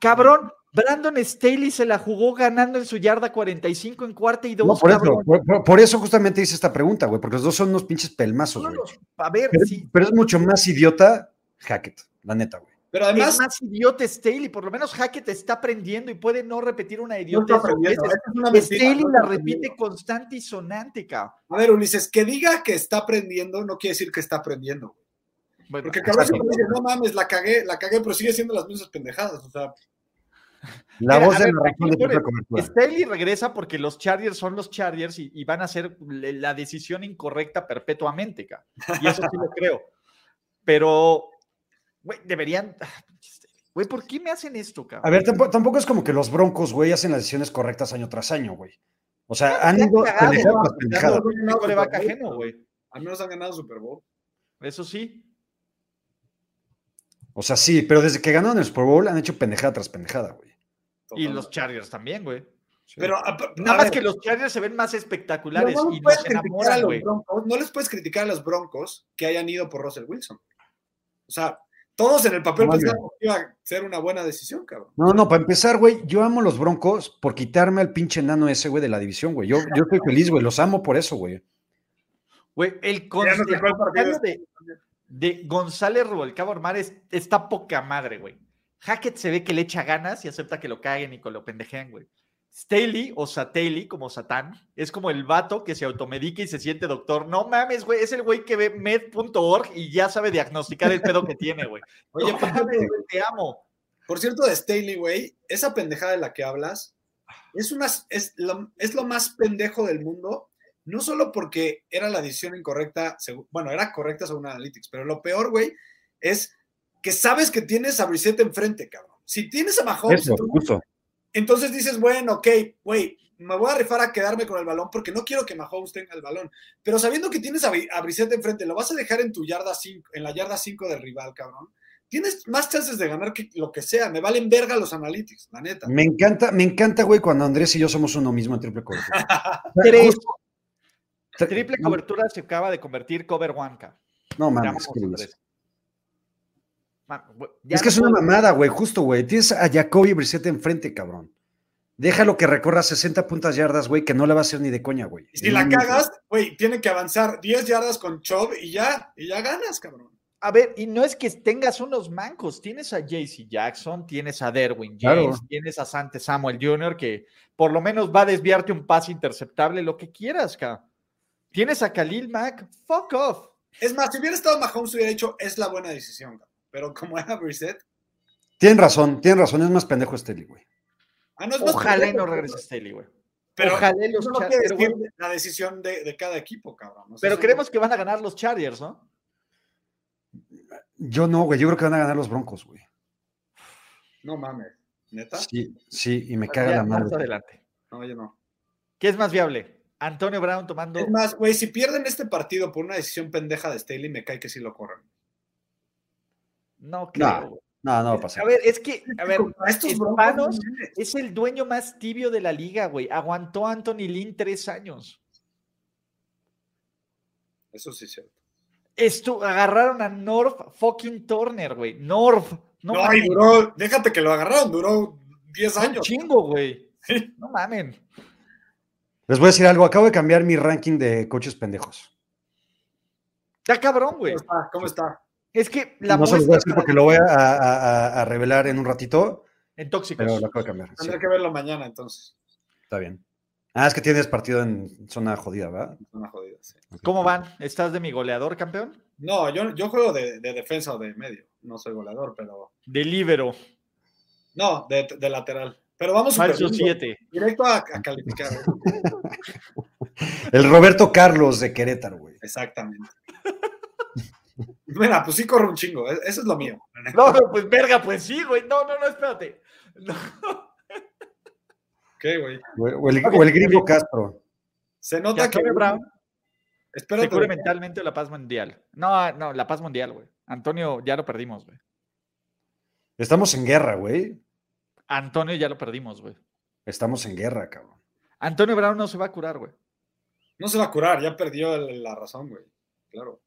F: Cabrón, Brandon Staley se la jugó ganando en su yarda 45 en cuarta y dos.
H: No, por, eso,
F: cabrón.
H: por, por- por eso justamente hice esta pregunta, güey, porque los dos son unos pinches pelmazos,
F: No,
H: güey.
F: no, a ver,
H: Pero,
F: sí.
H: pero es mucho más idiota Hackett, la neta, güey.
G: pero además,
F: es más idiota Staley, por lo menos Hackett está aprendiendo y puede no repetir una
G: no está
F: idiota.
G: aprendiendo, esta es una mentira,
F: Staley
G: no está
F: la
G: aprendiendo.
F: repite constante y sonante, cabrón.
G: A ver, Ulises, que diga que está aprendiendo no quiere decir que está aprendiendo. güey.
F: Bueno,
G: Porque cabrón
H: exacto.
G: siempre dice, no mames, la cagué, la cagué, pero sigue haciendo las mismas pendejadas. O sea,
H: La
F: Mira,
H: voz
F: a
H: de
F: ver, este
H: la razón de
F: aquí
H: la
F: pone-
H: cobertura.
F: Staley regresa porque los Chargers son los Chargers y, y van a hacer le- la decisión incorrecta perpetuamente, cabrón. Y eso sí
G: (laughs)
F: lo creo. Pero, güey, deberían. Güey, ¿por qué me hacen esto, cabrón?
H: A ver, tampo- tampoco, es como que los Broncos, güey, hacen las decisiones correctas año tras año, güey. O sea, han
F: Ya
H: ido
F: cagado,
H: pendejadas
F: ¿no?
H: tras pendejadas.
F: Ya no, no, no, coreback ajeno, güey.
G: al menos han ganado Super Bowl.
F: Eso sí.
H: O sea, sí, pero desde que ganaron el Super Bowl han hecho pendejada tras pendejada, güey.
F: Y
G: Totalmente.
F: los Chargers también, güey.
G: Pero, a- a-
F: Nada
G: a
F: más
G: ver,
F: que los Chargers se ven más espectaculares
G: no, no
F: y
G: puedes
F: nos
G: criticar a
F: enamoran,
G: los
F: güey.
G: Broncos- no les puedes criticar a los Broncos que hayan ido por Russell Wilson. O sea, todos en el papel
H: No,
G: pensábamos que iba a ser una buena decisión, cabrón.
H: No, no, para empezar, güey, yo amo los Broncos por quitarme al pinche nano ese, güey, de la división, güey. Yo, yo estoy feliz, güey, los amo por eso, güey.
F: Güey, el
G: Ya no sé
F: concepto
G: cuál partido es.
F: de, de González Rubalcaba Ormar es- está poca madre, güey. Hackett se ve que le echa ganas y acepta que lo caguen y que lo pendejean, güey. Staley o Sateley, como Satán, es como el vato que se automedica y se siente doctor. No mames, güey, es el güey que ve med.org y ya sabe diagnosticar el pedo que tiene, güey. Oye,
G: Oye, por
F: mames,
G: cierto,
F: güey, te amo.
G: por cierto, de Staley, güey, esa pendejada de la que hablas es, una, es, lo, es lo más pendejo del mundo. No solo porque era la decisión incorrecta, según- bueno, era correcta según Analytics, pero lo peor, güey, es que sabes que tienes a Brissette enfrente, cabrón. Si tienes a Mahomes,
H: Eso,
G: entonces
H: justo.
G: Entonces dices, bueno, ok, güey, me voy a rifar a quedarme con el balón porque no quiero que Mahomes tenga el balón. Pero sabiendo que tienes a, Bri- a Brissette enfrente, lo vas a dejar en tu yarda 5, en la yarda 5 del rival, cabrón. Tienes más chances de ganar que lo que sea. Me valen verga los analytics, la neta.
H: Me encanta, me encanta, güey, cuando Andrés y yo somos uno mismo en
F: (laughs)
H: triple cobertura.
F: Tres.
H: Justo. Tre-
F: Triple
H: no,
F: cobertura se acaba de convertir cover one, cabrón.
H: No
F: Te
H: mames,
F: amo,
H: qué
F: Andrés.
H: belleza.
F: Ma- güey, ya
H: Es que
F: no
H: es una
F: puedo-
H: mamada, güey, justo, güey. Tienes a Jacoby Brissette enfrente, cabrón. Déjalo que recorra 60 puntas yardas, güey, que no la va a hacer ni de coña, güey.
G: Y si la
F: Mm.
G: cagas, güey, tiene que avanzar 10 yardas con Chubb y ya, y ya ganas, cabrón.
F: A ver, y no es que tengas unos mancos, tienes a JC Jackson, tienes a Derwin James,
H: Claro.
F: tienes a Sante Samuel Jr., que por lo menos va a desviarte un pase interceptable, lo que quieras, ca. Tienes a Khalil Mack, fuck off.
G: Es más, si hubiera estado Mahomes, hubiera hecho, es la buena decisión, cabrón. Pero como era Brissette,
H: Tienen razón, tienen razón, es más pendejo este Lee, güey.
G: ah, no es más
F: Ojalá y
G: pendejo,
F: no regrese Staley, güey.
G: Pero
F: Ojalá y los
G: eso no
F: Char-
G: quiere
F: pero, güey,
G: decir la decisión de, de cada equipo, cabrón. O sea,
F: pero
G: eso-
F: creemos que van a ganar los Chargers, ¿no?
H: Yo no, güey, yo creo que van a ganar los Broncos, güey.
G: No mames, neta.
H: Sí, sí, y me caga
F: Pues Ya,
H: la
F: más
H: madre.
F: adelante.
G: No, yo no.
F: ¿Qué es más viable? Antonio Brown tomando
G: Es más, güey, si pierden este partido por una decisión pendeja de Staley, me cae que sí lo corren.
F: No creo. güey.
H: No, no va a pasar.
F: A ver, es que, a ver,
G: Contra estos
F: hispanos,
G: broncos.
F: es el dueño más tibio de la liga, güey. Aguantó a Anthony Lynn tres años.
G: Eso sí es cierto.
F: Esto, agarraron a North fucking Turner, güey. North. No,
G: No,
F: mames,
G: y duró, déjate que lo agarraron, duró 10
F: un
G: años.
F: chingo, güey. No mamen.
H: Les voy a decir algo, acabo de cambiar mi ranking de coches pendejos.
F: Está cabrón, güey.
G: ¿Cómo está? ¿Cómo está?
F: Es que la
H: No se los voy a
F: muestra
H: decir porque lo voy a, a- a- a revelar en un ratito,
F: en tóxicos.
H: pero lo acabo de cambiar. Sí,
G: Tendré que verlo mañana, entonces.
H: está bien. Ah, es que tienes partido en zona jodida, ¿verdad?
G: Una jodida, sí.
F: ¿Cómo van? ¿Estás de mi goleador, campeón?
G: No, yo, yo juego de, de defensa o de medio. No soy goleador, pero.
F: De líbero.
G: No, de, de lateral. Pero vamos super
F: Falso
G: bien,
F: 7.
G: directo a, a calificar. ¿eh?
F: (laughs)
G: güey.
H: El Roberto Carlos de Querétaro, güey.
G: Exactamente. Mira, pues sí corro un chingo. e- Eso es lo mío. la neta.
F: No, no, pues verga, pues sí, güey. No, no, no, espérate. No.
G: ¿Qué, güey?
H: O o el, o el gringo Castro.
G: Se
F: Que
G: nota que.
F: Antonio Brown
G: Espérate.
F: se cure mentalmente la paz mundial. No, no, la paz mundial, güey. Antonio, ya lo perdimos, güey.
H: Estamos en guerra, güey.
F: Antonio ya lo perdimos, güey.
H: Estamos en guerra, cabrón.
F: Antonio Brown no se va a curar, güey.
G: No se va a curar, ya perdió el- la razón, güey. Claro.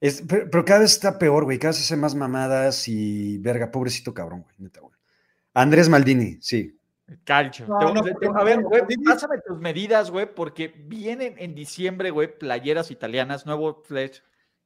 H: Es- pero, pero cada vez está peor, güey. Cada vez hace más mamadas y verga, pobrecito cabrón, güey. Neta, güey. Andrés Maldini, sí.
F: Calcho.
G: No,
F: Te-
G: no,
F: te-
G: pero-
F: a ver, güey,
G: Maldini-
F: pásame tus medidas, güey, porque vienen en diciembre, güey, playeras italianas, nuevo flash,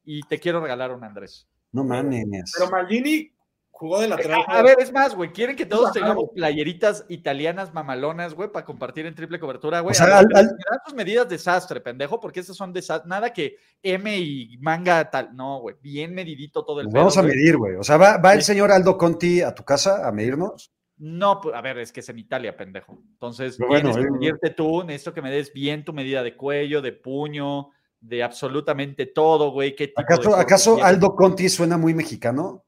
F: y te quiero regalar un Andrés.
H: No mames.
G: Pero Maldini jugó de lateral.
F: A ver, es más, güey, quieren que todos
G: Ajá,
F: tengamos
G: güey.
F: playeritas italianas mamalonas, güey, para compartir en triple cobertura, güey.
H: O sea,
F: A ver,
H: al-
F: pero
H: al-
F: generar tus medidas desastre, pendejo, porque esas son desastre. Nada que M y manga tal. No, güey, bien medidito todo el
H: Nos Pues vamos
F: pedo,
H: a
F: güey.
H: medir, güey. O sea, va, va el
F: Sí.
H: señor Aldo Conti a tu casa a medirnos.
F: No, pu- a ver, es que es en Italia, pendejo. Entonces,
H: Pero bueno,
F: tienes que
H: eh,
F: medirte tú, necesito que me des bien tu medida de cuello, de puño, de absolutamente todo, güey. ¿Qué tipo de
H: ¿Acaso,
F: cuerpo
H: acaso
F: tienes?
H: Aldo Conti suena muy mexicano?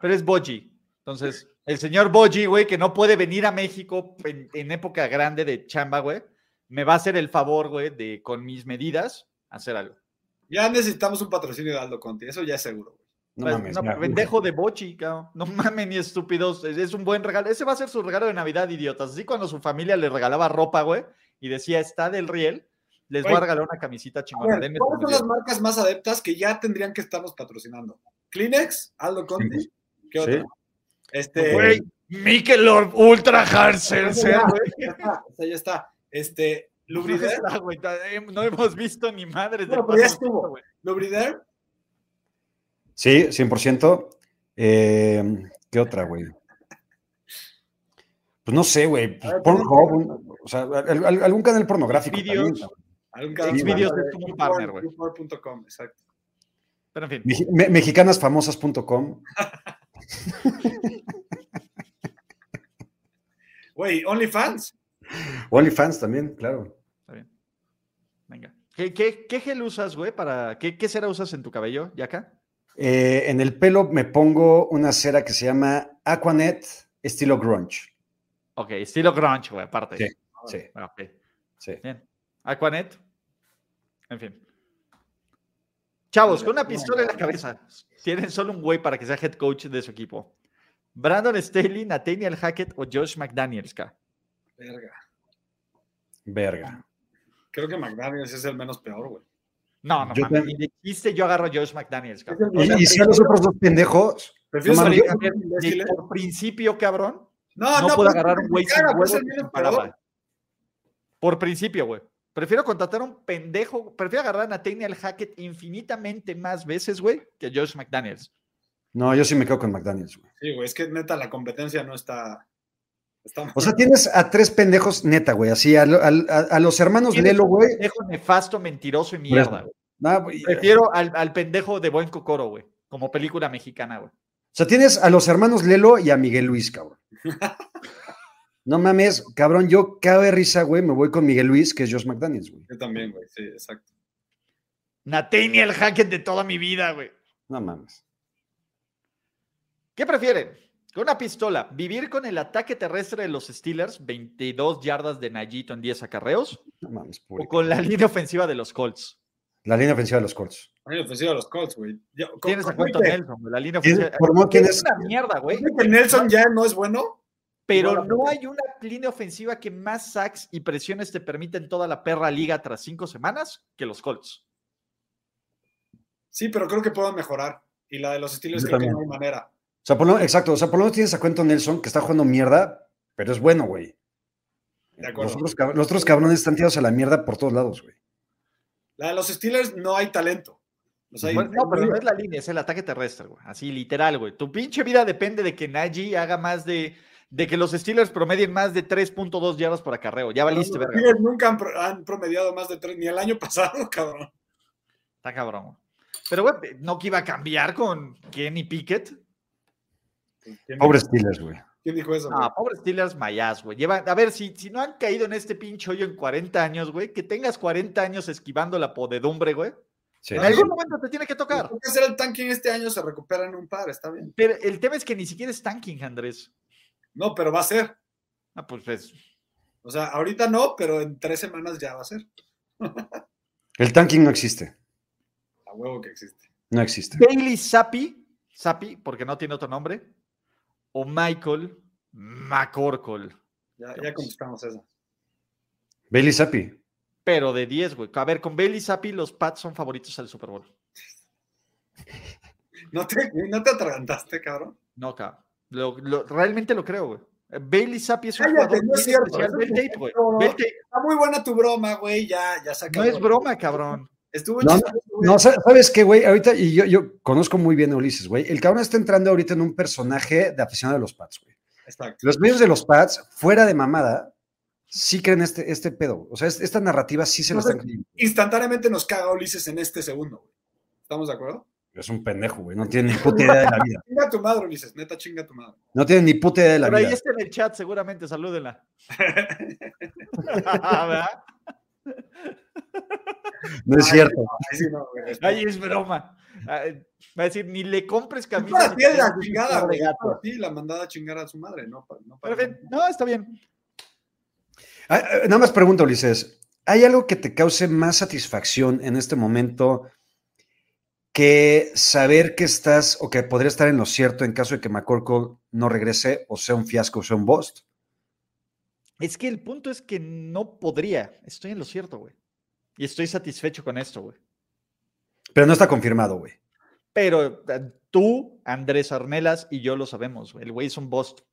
F: Pero es Boji. Entonces, el señor Boji, güey, que no puede venir a México en, en época grande de chamba, güey, me va a hacer el favor, güey, de con mis medidas hacer algo.
G: Ya necesitamos un patrocinio de Aldo Conti, eso ya es seguro. güey.
H: No
F: Pues,
H: mames.
F: no,
H: ya, güey.
F: pendejo de Bochi, cabrón. No mames ni estúpidos. Es, es un buen regalo. Ese va a ser su regalo de Navidad, idiotas. Así cuando su familia le regalaba ropa, güey, y decía, está del riel, les voy a
G: Güey.
F: regalar una camisita
G: A
F: chingona.
G: ver,
F: denme
G: ¿Cuáles
F: sus
G: son las
F: medidas".
G: marcas más adeptas que ya tendrían que estarnos patrocinando? Kleenex, Aldo Conti, ¿qué
H: Sí.
G: otra? Este,
F: Güey, Michelob Ultra Hard Seltzer,
G: ya,
F: (laughs) güey.
G: ya está, o sea, ya está. Este,
F: Ya
G: Lubrider,
F: está, güey, (laughs) ta- eh, No hemos visto ni madres
G: No,
F: del
G: pero ya
F: pasado,
G: estuvo.
F: güey.
G: Lubrider,
H: Sí, 100%. Eh, ¿Qué otra, güey? Pues no sé, güey.
G: A ver,
H: Pornhub, un- o sea, al- al- algún canal pornográfico.
F: Xvideos.
H: también, cabrón.
G: algún
F: Xvideos
G: de
F: es como un partner, güey.
G: YouPorn.com, exacto.
F: Pero en fin.
H: Meji- me- Mexicanasfamosas.com.
G: Güey, OnlyFans.
H: OnlyFans también, claro.
F: Está bien. Venga. ¿Qué, qué, qué gel usas, güey? Para... ¿Qué, ¿Qué cera usas en tu cabello, Yaka?
H: Eh, en el pelo me pongo una cera que se llama Aquanet estilo grunge.
F: Ok, estilo grunge, güey, aparte. Ah,
H: Sí. Sí,
F: Ok,
H: sí.
F: bien. Aquanet. En fin. Chavos, con una pistola en la cabeza. Tienen solo un güey para que sea head coach de su equipo. Brandon Staley, Nathaniel Hackett o Josh McDaniels, ca.
G: Verga.
H: Verga.
G: Creo que McDaniels es el menos peor, güey.
F: No, no
H: Yo
F: mames.
H: también.
F: Ni de chiste yo agarro a Josh McDaniels, ca.
H: Y, y si a los otros dos pendejos,
G: Prefiero
H: No,
G: salir
H: mames,
G: con
F: yo-
G: los
F: Ni
G: imbéciles.
F: Por principio, cabrón,
G: No,
F: no,
G: no,
F: puedo
G: pues,
F: agarrar un güey sin
G: caga, pues,
F: huevos
G: el
F: y
G: menos
F: sin
G: peor.
F: palabra. Por principio, güey. Prefiero contratar a un pendejo, prefiero agarrar a Nathaniel Hackett infinitamente más veces, güey, que a Josh McDaniels.
H: no, yo sí me quedo con McDaniels. güey.
G: Sí, güey, es que neta la competencia no está. está
H: O sea, tienes a tres pendejos neta, güey. Así, a, lo- al- a- a los hermanos
F: Tienes
H: Lelo,
F: un
H: güey.
F: Pendejo nefasto, mentiroso y
H: eso.
F: mierda. güey.
H: Nah, güey, o
F: Prefiero al, al pendejo de Buen Cocoro, güey, como película mexicana, güey.
H: sea, tienes a los hermanos Lelo y a Miguel Luis, cabrón.
F: (laughs)
H: No mames, cabrón, yo cago de risa, güey. Me voy con Miguel Luis, que es Josh McDaniels, güey.
G: Yo también, güey, sí, exacto.
F: Nathaniel Hackett de toda mi vida, güey.
H: No mames.
F: ¿Qué prefieren? Con una pistola, vivir con el ataque terrestre de los Steelers, 22 yardas de Nayito en 10 acarreos,
H: No mames, pobre.
F: o con la línea ofensiva de los Colts.
H: La línea ofensiva de los cortos.
G: A mí me ofensido a los Colts, güey. Yo- con-
F: Tienes a
G: con-
F: Quentin
G: Oye,
F: Nelson, güey, la línea ofensiva.
H: Por no
F: Que
H: tienes
F: Es una mierda, güey.
G: ¿creen que Nelson ya no es bueno?
F: Pero no hay una línea ofensiva que más sacks y presiones te permiten toda la perra liga tras cinco semanas que los Colts.
G: Sí, pero creo que puedo mejorar. Y la de los Steelers
H: Yo
G: creo que
H: también.
G: no hay manera.
H: O sea, por lo, exacto, o sea, por lo menos tienes a Cuento Nelson que está jugando mierda, pero es bueno, güey.
G: De
H: Los
G: acuerdo.
H: otros, cab- los otros cabrones están tirados a la mierda por todos lados, güey.
G: La de los Steelers no hay talento. O sea, hay-
F: Bueno, no, pero no es la línea, es el ataque terrestre, güey. Así literal, güey. Tu pinche vida depende de que Najee haga más de. De que los Steelers promedien más de 3.2 yardas por acarreo. Ya valiste,
G: los
F: verga.
G: Steelers nunca han, pro- han promediado más de tres, ni el año (laughs) pasado, cabrón.
F: Está cabrón. güey. Pero, güey, no que iba a cambiar con Kenny Pickett.
G: ¿Quién,
H: Pobres Steelers, güey.
G: ¿Quién dijo eso? güey?
F: Ah, pobre Steelers Mayas, güey. Llevan, a ver, si, si no han caído en este pinche hoyo en 40 años, güey, que tengas 40 años esquivando la podedumbre, güey.
H: Sí.
F: En algún momento te tiene que
G: Tienen
F: tocar.
G: que hacer el tanking este año, se recuperan un par, está bien.
F: Pero el tema es que ni siquiera es tanking, Andrés.
G: No, pero va a ser.
F: Ah, pues, pues,
G: O sea, ahorita no, pero en tres semanas ya va a ser.
H: El tanking no existe,
G: A huevo que existe.
H: no existe.
F: Bailey Zappi Sapi, porque no tiene otro nombre, o Michael McCorkle.
G: Ya, ya contestamos eso.
H: Bailey Zappi.
F: Pero de 10, güey. A ver, con Bailey Zappi los Pats son favoritos al Super Bowl.
G: ¿No te, no te atragantaste, cabrón?
F: No, cabrón. Lo- lo- realmente lo creo, güey. Bailey Zappi es un
G: Cállate,
F: jugador
G: no es
F: muy
G: cierto,
F: especial.
G: eso
F: Ve el
G: no es
F: tape, güey.
G: cierto.
F: Ve el tape.
G: Está muy buena tu broma, güey. Ya, ya se
F: No
G: acabó.
F: es broma, cabrón. Pues
G: Estuvo
H: No,
G: chistoso, güey.
H: No, sa- ¿sabes qué, güey? Ahorita, y yo, yo conozco muy bien a Ulises, güey. El cabrón está entrando ahorita en un personaje de aficionado de los Pats, güey.
G: Exacto.
H: Los medios de los Pats, fuera de mamada, sí creen este, este pedo. güey. O sea, es- esta narrativa sí se la están creyendo.
G: Instantáneamente nos caga Ulises en este segundo, güey. ¿Estamos de acuerdo?
H: Es un pendejo, güey. No tiene ni puta idea de la vida.
G: Chinga tu madre, Ulises. Neta, chinga tu madre.
H: No tiene ni puta idea de la
F: Por ahí
H: vida.
G: este
F: está en el chat, seguramente.
G: (laughs)
F: Salúdenla. (laughs) ¿Verdad?
H: No es
G: Ay,
H: cierto.
G: Ay, sí, no, güey.
F: Ay, es broma. Ay, Va a decir, ni le compres
G: Es
F: camisas.
G: para
F: ni
G: ti es
F: te
G: la
F: compres
G: chingada,
F: un
G: güey.
F: regalo.
G: Para ti la mandada a chingar a su madre, no, pa- no para
F: Perfecto. No, está bien.
H: Ah, ah, Nada más pregunta, Ulises. ¿Hay algo que te cause más satisfacción en este momento que saber que estás o que podría estar en lo cierto en caso de que McCorkle no regrese o sea un fiasco o sea un bust?
F: Es que el punto es que no podría. Estoy en lo cierto, güey. Y estoy satisfecho con esto, güey.
H: Pero no está confirmado, güey.
F: Pero eh, tú, Andrés Arnelas y yo lo sabemos. güey. El güey es un bust. eh,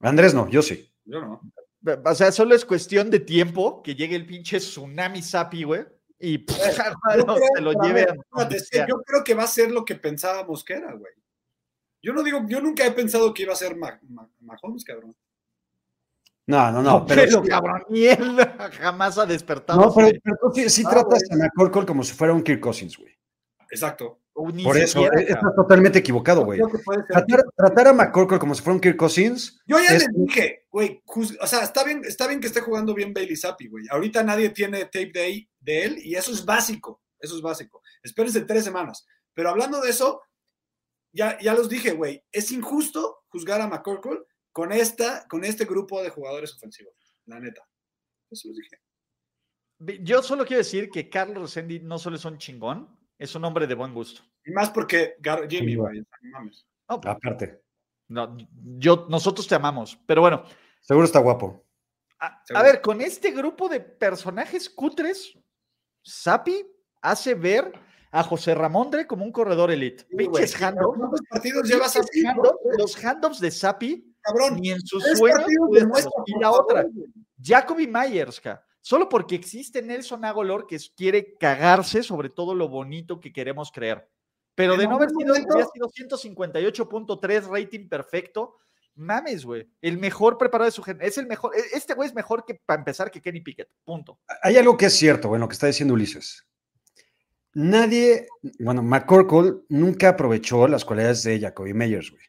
H: Andrés no, yo sí.
G: Yo no.
F: O sea, solo es cuestión de tiempo que llegue el pinche tsunami sapi, güey. Y (laughs)
G: Yo Eh, creo-
F: se lo
G: a
F: lleve
G: ver,
F: a
G: espérate,
F: donde
G: es que
F: sea.
G: yo creo que va a ser lo que pensábamos que era, güey. Yo no digo, yo nunca he pensado que iba a ser Ma- Ma- Mahomes, cabrón.
H: No, no, no. Pero,
F: Pero, cabrón, (laughs) mierda, jamás ha despertado.
H: no, pero,
F: güey.
H: pero tú sí, sí
G: Ah,
H: tratas a McCorkle como si fuera un Kirk Cousins, güey.
G: Exacto.
F: O ni
H: Por eso,
F: siquiera,
H: eh,
F: cabrón.
H: estás totalmente equivocado, güey.
G: Creo que puede ser.
H: Tratar, tratar a McCorkle como si fuera un Kirk Cousins,
G: Yo ya
H: es-
G: les dije, güey, juz- o sea, está bien, está bien que esté jugando bien Bailey Zappi, güey. Ahorita nadie tiene tape de, ahí- de él y eso es básico, eso es básico. Espérense tres semanas. Pero hablando de eso, ya, ya los dije, güey, es injusto juzgar a McCorkle con, esta, con este grupo de jugadores ofensivos, la neta. Eso les dije.
F: Ve, Yo solo quiero decir que Carlos Rosendi no solo es un chingón, es un hombre de buen gusto.
G: Y más porque Gar- Jimmy,
H: Sí, güey.
G: güey, no mames.
F: No,
H: aparte.
F: no, yo, nosotros te amamos, pero bueno.
H: Seguro está guapo.
F: A, a
G: Seguro.
F: ver, con este grupo de personajes cutres, Sapi hace ver a José Ramondre como un corredor elite.
G: Sí, güey.
F: Pinches handoffs.
G: ¿Cuántos partidos llevas así?
F: pinches
G: no?
F: handoffs, Los handoffs de Sapi
G: Cabrón.
F: ni en sus
G: Tres
F: sueños
G: partidos
F: pueden
G: de muestra,
F: conseguir
G: por
F: la
G: favor,
F: otra.
G: güey.
F: Jacoby Myers, ca. solo porque existe Nelson Agolor que s- quiere cagarse sobre todo lo bonito que queremos creer. Pero
G: En
F: de no haber
G: algún
F: sido,
G: momento-
F: hubiera sido 158.3 rating perfecto, mames, güey. El mejor preparado de su gen. Es el mejor. e- Este güey es mejor que para empezar que Kenny Pickett. Punto.
H: Hay algo que es cierto güey, en lo que está diciendo Ulises. Nadie, bueno, McCorkle nunca aprovechó las cualidades de Jacoby Meyers, güey.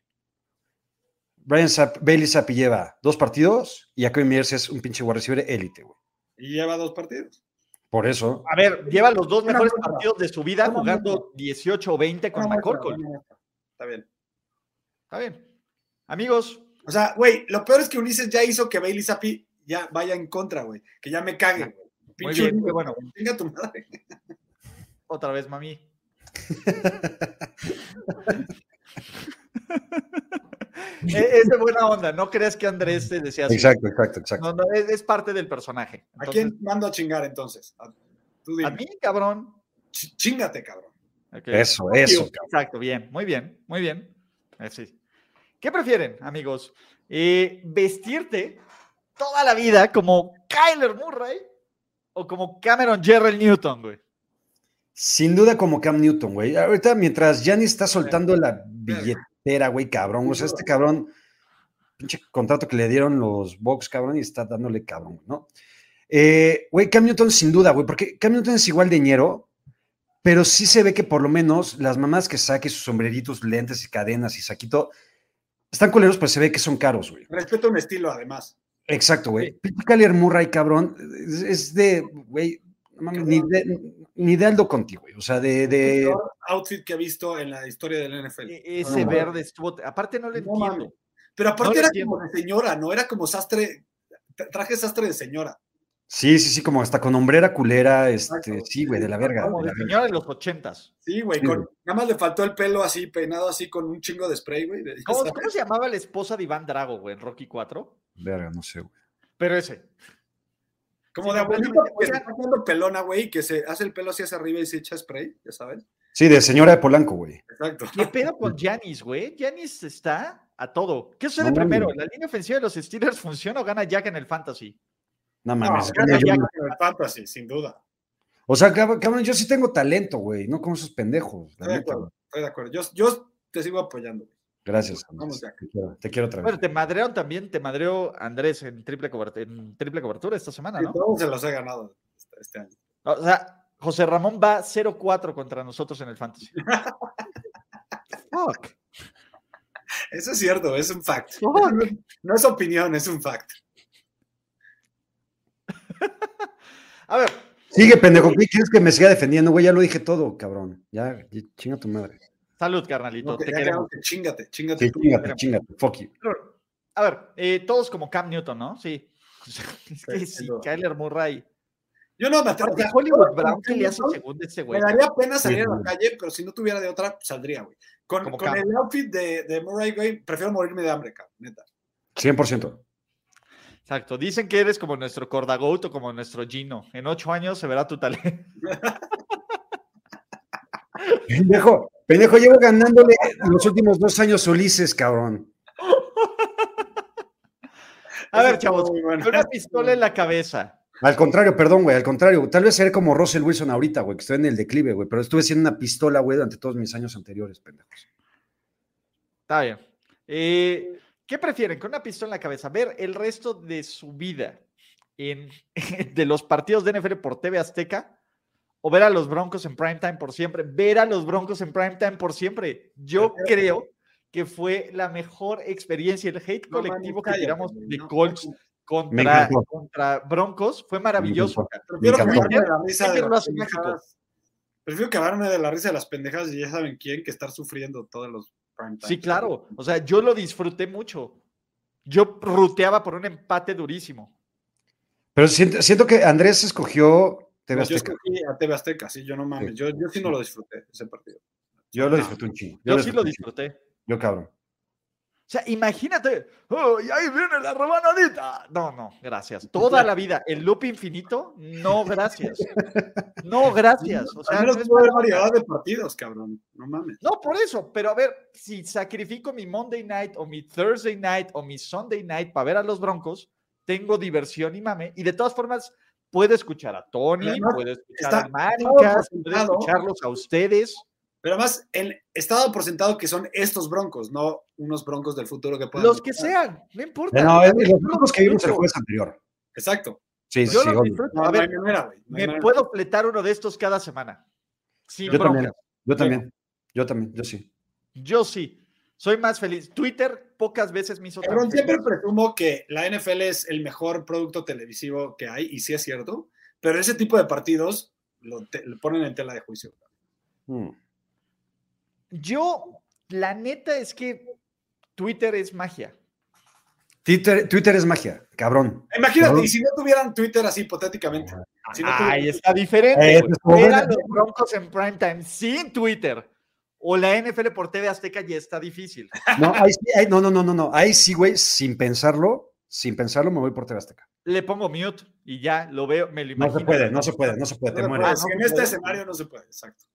H: Brian Sapp- Bailey Zappi lleva dos partidos y Jacoby Meyers es un pinche wide receiver élite, güey.
G: Y lleva dos partidos.
H: Por eso,
F: A ver, lleva los dos
G: Una
F: mejores
G: muestra.
F: partidos de su vida
G: Una
F: jugando 18 o 20 con
G: Una muestra,
F: McCorkle.
G: una muestra. Está bien.
F: Está bien. Amigos,
G: O sea, güey, lo peor es que Ulises ya hizo que Bailey Zappi ya vaya en contra, güey. Que ya me cague, güey.
F: muy
G: Pinche
F: bien, qué
G: Ulises,
F: bueno.
G: Chinga tu madre.
F: Otra vez, mami.
H: (laughs)
F: E- es de buena onda, no creas que Andrés te decía así.
H: exacto, exacto, exacto.
F: No, no, es, es parte del personaje.
G: ¿A
F: Entonces,
G: quién mando a chingar entonces? A, tú dime.
F: ¿A mí, cabrón.
G: Ch- chingate, cabrón.
F: Ok.
H: Eso, eso.
G: Tío,
F: Exacto, bien, muy bien, muy bien. Así. ¿Qué prefieren, amigos? Eh, ¿Vestirte toda la vida como Kyler Murray o como Cameron Jerrell Newton, güey?
H: Sin duda como Cam Newton, güey. Ahorita mientras Gianni está soltando la billetera, güey, cabrón. O sea, este cabrón, pinche contrato que le dieron los Bucks, cabrón, y está dándole cabrón, ¿no? Eh, Güey, Cam Newton sin duda, güey, porque Cam Newton es igual de ñero, pero sí se ve que por lo menos las mamás que saque sus sombreritos, lentes y cadenas y saquito, están culeros, pero se ve que son caros, güey.
G: Respeto un estilo, además.
H: Exacto, güey. Pinche Kyler Murray, cabrón, es, es de, güey, no mames, ni de, ni de Aldo Conti, güey. O sea, de-
G: El
H: de
G: peor outfit que he visto en la historia del NFL.
F: E- Ese
H: No, güey.
F: verde estuvo. Aparte, no lo
G: No
F: entiendo.
G: mames. Pero aparte
F: No lo
G: era
F: entiendo.
G: como de señora, ¿no? Era como sastre, tra- traje sastre de señora.
H: Sí, sí, sí, como hasta con hombrera culera, este, sí, güey, de la verga.
F: Como
H: de
F: de
H: la verga.
F: señora de los ochentas.
G: Sí, güey.
H: Sí,
G: con-
H: güey.
G: Nada más le faltó el pelo así, peinado así, con un chingo de spray, güey. de-
F: ¿Cómo,
G: (laughs)
F: cómo se llamaba la esposa de Iván Drago, güey, en Rocky 4?
H: Verga, no sé, güey.
F: Pero ese.
G: Como de
F: pues,
G: abuelita que se está quedando pelona, güey, que se hace el pelo así hacia arriba y se echa spray, ya sabes.
H: Sí, de señora de Polanco, güey.
G: (laughs) Exacto.
F: ¿Qué pedo con Giannis, güey? Giannis está a todo. ¿Qué sucede
H: No,
F: primero?
H: güey.
F: ¿La línea ofensiva de los Steelers (laughs) funciona o gana Jack en el Fantasy?
H: No
G: No,
H: mames.
G: gana
H: yo-
G: Jack en el fantasy, sin duda.
H: o sea, cab- cabrón, yo sí tengo talento, güey, no como esos pendejos. la
G: Estoy de
H: neta,
G: acuerdo.
H: güey.
G: Estoy de acuerdo. Yo, yo te sigo apoyando. güey.
H: Gracias.
G: Vamos, Jack.
H: Te quiero, te quiero otra vez.
F: Bueno, te madrearon también, te madreó Andrés en triple, cobert- en triple cobertura esta semana,
G: Y
F: ¿no?
G: todos se los he ganado este, este año.
F: O sea, José Ramón va 0-4 contra nosotros en el Fantasy. Fuck.
G: Eso es cierto, es un fact.
F: Fuck.
G: No, no es opinión, es un fact.
F: A ver,
H: Sigue, pendejo. ¿Qué quieres que me siga defendiendo, güey? Ya lo dije todo, cabrón. Ya, y- chinga tu madre.
F: salud, carnalito.
G: No,
F: te
G: ya
F: queremos.
G: quedamos que chingate, chingate.
H: Sí,
G: tú.
H: chingate, chingate. Fuck you.
F: A ver, eh, todos como Cam Newton, ¿no? Sí. (laughs) Es que sí,
G: Sí, sin duda.
F: Kyler Murray.
G: Yo no me atrevo.
F: Aparte, Hollywood Brown,
G: que
F: ¿qué le hace segundo a este
G: Me
F: güey?
G: daría pena salir a
H: Sí.
G: la calle, pero si no tuviera de otra, saldría, güey. Con,
F: Como
G: con
F: Cam.
G: el outfit de, de Murray, güey, prefiero morirme de hambre, cabrón, neta.
H: 100%.
F: Exacto. Dicen que eres como nuestro Cordagout o como nuestro Gino. En ocho años se verá tu talento.
G: (laughs)
H: Pendejo, pendejo, llevo ganándole los últimos dos años Ulises, cabrón.
F: A
G: Eso
F: ver,
G: estuvo
F: chavos,
G: muy bueno.
F: con
G: (laughs)
F: una pistola en la cabeza.
H: Al contrario, perdón, güey, al contrario. Tal vez seré como Russell Wilson ahorita, güey, que estoy en el declive, güey, pero estuve siendo una pistola, güey, durante todos mis años anteriores, pendejos.
F: Está bien. Eh, ¿Qué prefieren? Con una pistola en la cabeza, ver el resto de su vida en, (laughs) de los partidos de NFL por TV Azteca o ver a los Broncos en primetime por siempre. Ver a los Broncos en primetime por siempre. Yo creo que fue la mejor experiencia. El hate
G: No,
F: colectivo
G: mames,
F: que tiramos
G: cállate,
F: de
G: no.
F: Colts
H: Me
F: contra,
H: encantó.
F: contra Broncos fue maravilloso. cara.
G: Prefiero
H: encantó.
G: cagarme de la risa de
F: Siempre lo
G: las
F: hace México.
G: pendejadas. Prefiero cagarme de la risa de las pendejas y ya saben quién que estar sufriendo todos los prime time.
F: Sí, claro. O sea, yo lo disfruté mucho. Yo ruteaba por un empate durísimo.
H: Pero siento, siento que Andrés escogió TV
G: Pero yo
H: Azteca.
G: escogí a TV Azteca, sí, yo no mames.
H: Sí.
G: Yo, yo sí no lo disfruté ese partido.
H: Yo lo disfruté un chingo.
F: Yo sí lo
H: un chingo.
F: disfruté.
H: Yo, cabrón.
F: O sea, imagínate, "Oh, y ahí viene la rebanadita. No, no, gracias. Toda la vida, el loop infinito, no, (laughs) gracias. No, gracias. O sea,
G: Al
F: no,
G: menos
F: es
G: tuvo
F: mala
G: variedad
F: onda.
G: de partidos, cabrón. No mames.
F: No, por eso, pero a ver, si sacrifico mi Monday night o mi Thursday night o mi Sunday night para ver a los Broncos, tengo diversión y mame. Y de todas formas, puedo escuchar a Tony,
G: Además,
F: puedo escuchar
G: está
F: a Maricas,
G: todo
F: puedo
G: presentado.
F: escucharlos a ustedes.
G: Pero además, el estado por sentado que son estos broncos, no unos broncos del futuro que puedan.
F: Los que sean, no importa.
H: No, es
F: Yo
H: eh, los grupos que vimos el
F: disfruto.
H: jueves anterior.
G: Exacto.
H: Sí, sí,
F: Yo
H: sí,
F: los
H: obvio.
F: disfruto.
G: No,
F: A
G: no
F: ver,
G: hay manera, güey. No hay
F: Me
G: manera.
F: puedo fletar uno de estos cada semana. Sin
H: Yo
F: broncas.
H: también, yo también, yo también, yo sí.
F: Yo sí. Soy más feliz. Twitter pocas veces me hizo tan
G: Cabrón,
F: feliz.
G: siempre presumo que la NFL es el mejor producto televisivo que hay, y sí es cierto, pero ese tipo de partidos lo, te- lo ponen en tela de juicio.
H: Mm.
F: Yo, la neta es que Twitter es magia.
H: Twitter, Twitter es magia, cabrón.
G: Imagínate,
H: Cabrón.
G: y si no tuvieran Twitter así hipotéticamente.
H: Ah,
G: Si no tuvieran-
F: Ahí está diferente.
H: Eh,
F: güey.
H: eso estuvo
F: Ver a
H: bueno.
F: los Broncos en primetime sin Twitter o la NFL por TV Azteca ya está difícil.
H: No, ahí sí, ahí- no, no, no, no, no. Ahí sí, güey, sin pensarlo, sin pensarlo, me voy por TV Azteca.
F: Le pongo mute y ya lo veo, me lo
H: No
F: imagino.
H: se puede, no se puede, no pues, se puede,
G: no
H: te
G: se
H: mueres.
F: Ah,
G: puede, en
F: no,
G: este
F: no.
G: escenario no se puede, exacto.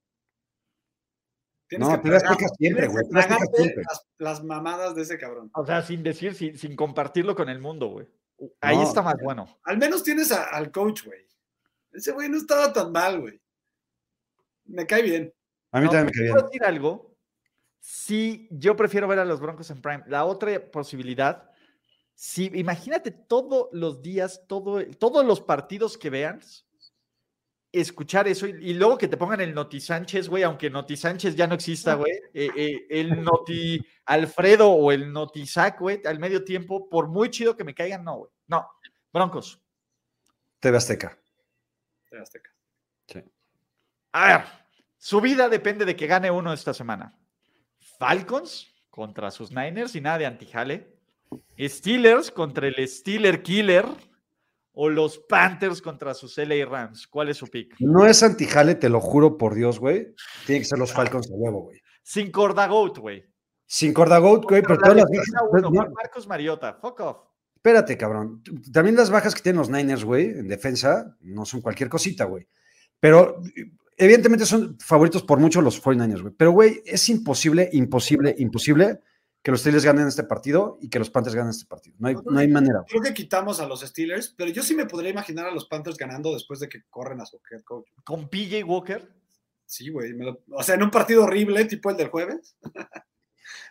G: Tienes
H: No,
G: que
H: te das
G: tragar-
H: cuenta siempre,
G: tienes
H: güey,
G: que
H: te das cuenta
G: tragarte
H: siempre.
G: Las, las mamadas de ese cabrón.
F: O sea, sin decir, sin, sin compartirlo con el mundo, güey. Ahí
H: No,
F: está más bueno.
G: Al menos tienes a- al coach, güey. Ese güey no estaba tan mal, güey. Me cae bien.
H: A mí
F: No,
H: también me
F: pero
H: cae bien.
F: ¿puedo decir algo? Sí, yo prefiero ver a los Broncos en Prime. La otra posibilidad, sí, imagínate todos los días, todo, el- todos los partidos que veas, escuchar eso y, y luego que te pongan el Noti Sánchez, güey, aunque Noti Sánchez ya no exista, güey, eh, eh, el Noti Alfredo o el Noti Isaac, güey, al medio tiempo, por muy chido que me caigan, no, güey. No, Broncos.
H: TV Azteca.
G: de Azteca.
F: A ver, su vida depende de que gane uno esta semana. Falcons contra sus Niners y nada de antijale. Steelers contra el Steeler Killer. o los Panthers contra sus LA Rams? ¿Cuál es su pick?
H: No es antijale, te lo juro por Dios, güey. Tiene que ser los Falcons de huevo, güey.
F: Sin Cordagout, güey.
H: Sin Cordagout, güey, pero todas las pues,
F: defensa
H: bajas-
F: uno,
H: no,
F: con Marcos Mariota, fuck off.
H: espérate, cabrón. También las bajas que tienen los Niners, güey, en defensa, no son cualquier cosita, güey. Pero evidentemente son favoritos por mucho los 49ers, güey. Pero, güey, es imposible, imposible, imposible que los Steelers ganen este partido y que los Panthers ganen este partido. No hay, no hay manera. güey.
G: Creo que quitamos a los Steelers, pero yo sí me podría imaginar a los Panthers ganando después de que corren a su head coach.
F: Con PJ Walker.
G: Sí, güey. me lo- O sea, en un partido horrible, tipo el del jueves.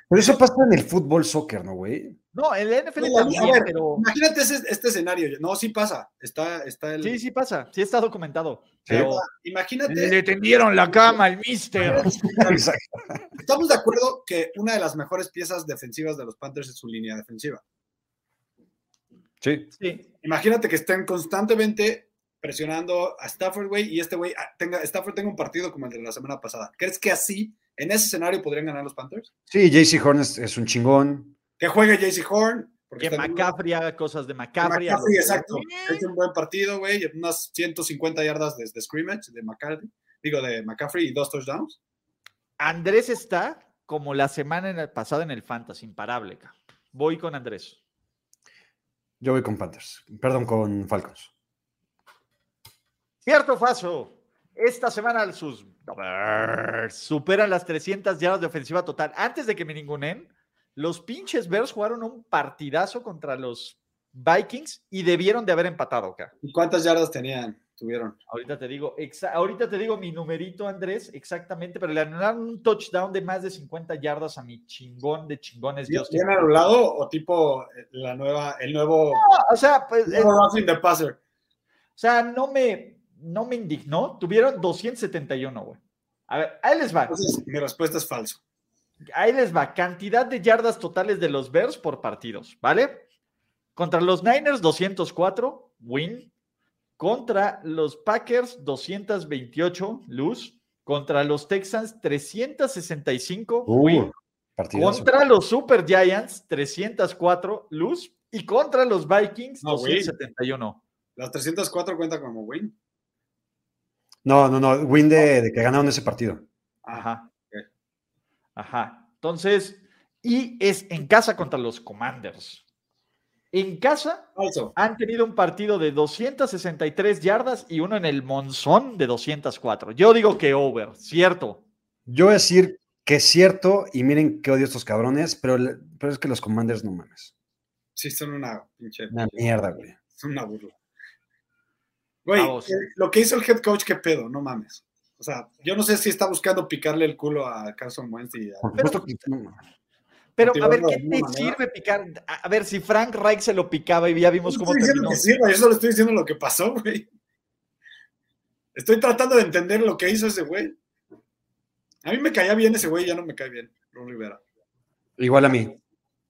H: Pero eso pasa en el fútbol soccer, ¿no, güey?
F: No, el NFL
G: No, a
F: también,
G: ver.
F: pero
G: Imagínate ese- este escenario. No, sí pasa. Está, está el.
F: sí, sí pasa, sí está documentado.
G: pero
F: Pero
G: imagínate.
F: le tendieron la cama al
H: (laughs)
F: mister.
H: Exacto.
G: Estamos de acuerdo que una de las mejores piezas defensivas de los Panthers es su línea defensiva.
H: Sí.
F: Sí,
G: Imagínate que estén constantemente presionando a Stafford, güey, y este güey ah, tenga, Stafford tenga un partido como el de la semana pasada. ¿Crees que así, en ese escenario, podrían ganar los Panthers?
H: Sí, JC Horn es, es un chingón.
G: Que juegue JC Horn. Porque
F: que
G: está-
F: McCaffrey haga cosas de McCaffrey.
G: McCaffrey,
F: a los-
G: exacto. Es un buen partido, güey. Unas 150 yardas de, de scrimmage de McCarthy. Digo, de McCaffrey y dos touchdowns.
F: Andrés está como la semana en el- pasada en el Fantasy, imparable. cabrón. Voy con Andrés.
H: Yo voy con Panthers. Perdón, con Falcons.
F: Cierto, Faso. Esta semana sus Bears superan las 300 yardas de ofensiva total. Antes de que me ningunen, los pinches Bears jugaron un partidazo contra los Vikings y debieron de haber empatado acá.
G: ¿Y cuántas yardas tenían? Tuvieron.
F: Ahorita te digo, exa- ahorita te digo mi numerito, Andrés, exactamente, pero le anularon un touchdown de más de 50 yardas a mi chingón de chingones. Dios.
G: ¿Bien anulado o tipo eh, la nueva, el nuevo,
F: O sea, pues,
G: el nuevo roughing the passer?
F: O sea, no me, no me indignó. Tuvieron 271, güey. A ver, ahí les va.
G: Entonces, mi respuesta es falso.
F: Ahí les va. Cantidad de yardas totales de los Bears por partidos, ¿vale? Contra los Niners, 204, win. Contra los Packers, 228, luz. Contra los Texans, 365, win.
H: Uh, partidazo.
F: Contra los Super Giants, 304, luz. Y contra los Vikings,
G: No, win.
F: 271.
G: Las 304 cuenta como win.
H: No, no, no. Win de, de que ganaron ese partido.
F: Ajá.
G: ok.
F: Ajá. Entonces, y es en casa contra los Commanders. En casa
G: Falso.
F: han tenido un partido de 263 yardas y uno en el Monzón de 204. Yo digo que over, cierto.
H: Yo voy a decir que es cierto, y miren qué odio estos cabrones, pero, le- pero es que los commanders no mames.
G: Sí, son una pinche,
H: Una mierda, güey.
G: son una burla. Güey,
F: Vamos.
G: eh, lo que hizo el head coach, qué pedo, no mames. O sea, yo no sé si está buscando picarle el culo a Carson Wentz y a
H: Por
F: Pero-
H: supuesto que no.
F: Pero a ver,
G: Motivarlo de
F: ¿qué
G: alguna
F: te
G: manera.
F: sirve picar? A a ver, si Frank Reich se lo picaba y ya vimos
G: No
F: cómo
G: estoy diciendo
F: terminó.
G: que sirva, yo solo estoy diciendo lo que pasó, güey. Estoy tratando de entender lo que hizo ese güey. A mí me caía bien ese güey, ya no me cae bien, Ron Rivera.
H: Igual a mí.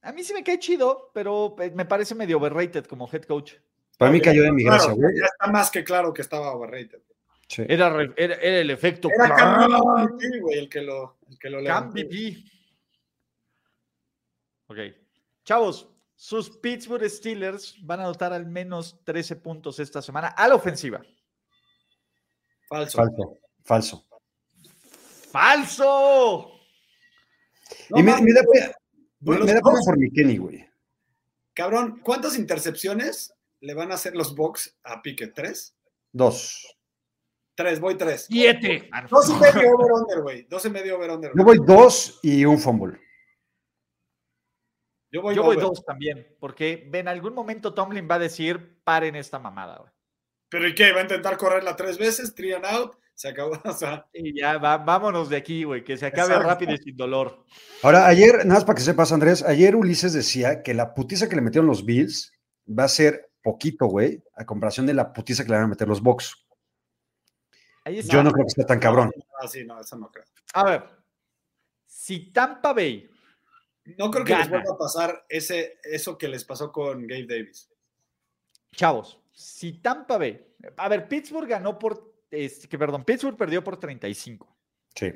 F: A mí sí me cae chido, pero eh, me parece medio overrated como head coach.
H: Para mí cayó de mi gracia,
G: Claro,
H: güey.
G: ya está más que claro que estaba overrated.
H: Sí.
F: Era, re- era- era el efecto.
G: Era
F: Cam-
G: Cam BP, güey, el que lo, el que lo
F: Cam
G: levantó.
F: BP. Ok. Chavos, sus Pittsburgh Steelers van a anotar al menos 13 puntos esta semana a la ofensiva.
G: Falso.
H: Falso. Falso.
F: ¡Falso!
G: No
H: y me,
G: mames,
H: me da pena,
G: güey,
H: me
G: los
H: da pena
G: Bucks,
H: por mi Kenny, güey.
G: Cabrón, ¿cuántas intercepciones le van a hacer los Bucks a Pique? ¿Tres?
H: Dos.
G: Tres, voy tres.
F: ¡Siete!
G: Dos y medio over-under, güey. Dos y medio over-under.
H: Yo
G: güey.
H: voy dos y un fumble.
G: Yo voy,
F: Yo voy
G: over.
F: dos también, porque en algún momento Tomlin va a decir, paren esta mamada. güey".
G: ¿Pero y qué? ¿Va a intentar correrla tres veces? Three and out. Se acabó. (laughs) O sea,
F: Y ya, va- vámonos de aquí, güey, que se acabe
G: Exacto.
F: rápido y sin dolor.
H: Ahora, ayer, nada más para que sepas, Andrés, ayer Ulises decía que la putiza que le metieron los Bills va a ser poquito, güey, a comparación de la putiza que le van a meter los Bucks.
F: Ahí está.
H: Yo no creo que sea tan cabrón.
G: ah, sí, no, eso no creo.
F: A ver, si Tampa Bay
G: No creo que les
F: Gana.
G: vuelva a pasar ese, eso que les pasó con Gabe Davis.
F: Chavos, si Tampa Bay, a ver, Pittsburgh ganó por, este, que perdón, Pittsburgh perdió por 35.
H: Sí.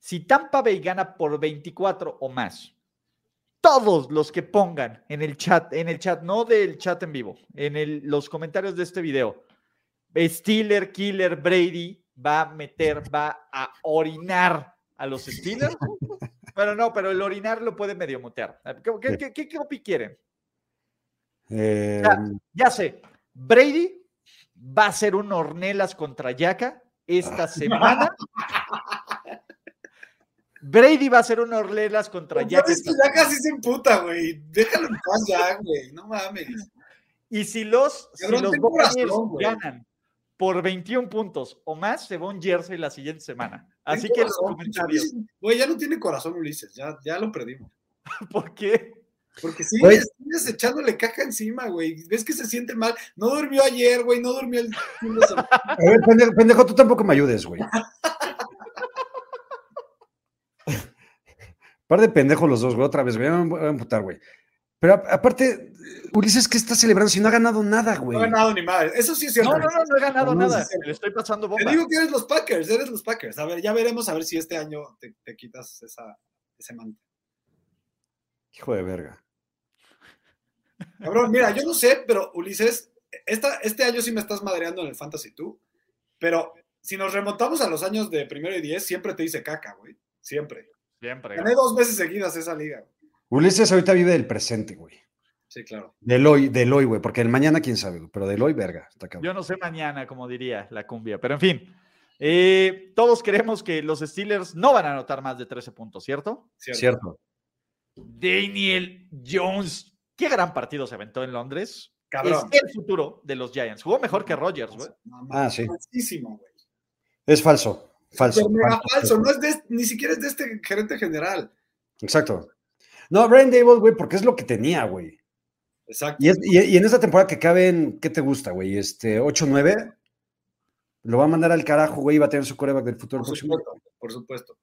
F: Si Tampa Bay gana por 24 o más todos los que pongan en el chat, en el chat, no del chat en vivo, en el- los comentarios de este video, Steeler, Killer, Brady va a meter, va a orinar a los Steelers. Bueno, no, pero el orinar lo puede medio mutear. ¿Qué, qué, qué, qué copy quieren?
H: Eh,
F: Ya sé, Brady va a ser un Ornelas contra Yaca (laughs) esta semana. Brady va a ser un Ornelas contra
G: Ya,
F: Yaca.
G: Pues, es que ya casi se emputa, güey. Déjalo en paz ya, güey. No mames.
F: Y si los, si
G: Cabrón,
F: los
G: ten corazón,
F: Buccaneers
G: güey.
F: ganan por 21 puntos o más, se va un jersey la siguiente semana. Así
G: Ten
F: que en los
G: corazón,
F: comentarios,
G: Güey, ya no tiene corazón Ulises. Ya, ya lo perdimos.
F: ¿por qué?
G: Porque sí,
H: Güey.
G: sigues echándole caca encima, güey. Ves que se siente mal. No durmió ayer, güey. No durmió el fin de semana.
H: a ver, pendejo, pendejo, tú tampoco me ayudes,
G: (laughs)
H: güey. Par de pendejos los dos, güey, otra vez, güey. Me voy a emputar, güey. Pero a- aparte, Ulises, ¿qué está celebrando si no ha ganado nada, (laughs) güey?
G: No ha ganado ni madre. Eso sí es cierto.
F: No, no, no, no he ganado
H: No, no,
F: nada.
G: sí, sí.
F: Le estoy pasando
G: Te
F: bomba.
G: digo que eres los Packers, eres los Packers. A ver, ya veremos a ver si este año te, te quitas esa, ese manto.
H: Hijo de verga.
G: Cabrón, mira, yo no sé, pero Ulises, esta, este año sí me estás madreando en el Fantasy tú, pero si nos remontamos a los años de primero y diez, siempre te dice caca, güey. Siempre.
F: Siempre.
G: Gané dos veces seguidas esa liga. güey.
H: Ulises ahorita vive del presente, güey.
G: Sí, claro.
H: Del hoy, del hoy, güey. Porque el mañana, quién sabe, güey. Pero del hoy, verga. Está cabrón.
F: Yo no sé mañana, como diría la cumbia, pero en fin. Eh, todos creemos que los Steelers no van a anotar más de 13 puntos, ¿cierto?
G: Cierto.
H: Cierto.
F: Daniel Jones. Qué gran partido se aventó en Londres.
G: Cabrón.
F: Es el futuro de los Giants. Jugó mejor que Rodgers, güey.
H: Ah, sí.
G: Falsísimo, güey.
H: Es falso. Falso.
G: Pero mega
H: falso,
G: falso. No es de- ni siquiera es de este gerente general.
H: Exacto. No, Brian Dable, güey, porque es lo que tenía, güey.
G: Exacto.
H: Y, es- y- y en esta temporada que caben, ¿qué te gusta, güey? Este, 8-9, lo va a mandar al carajo, güey, y va a tener su coreback del futuro.
G: Por
H: próximo.
G: supuesto, por supuesto.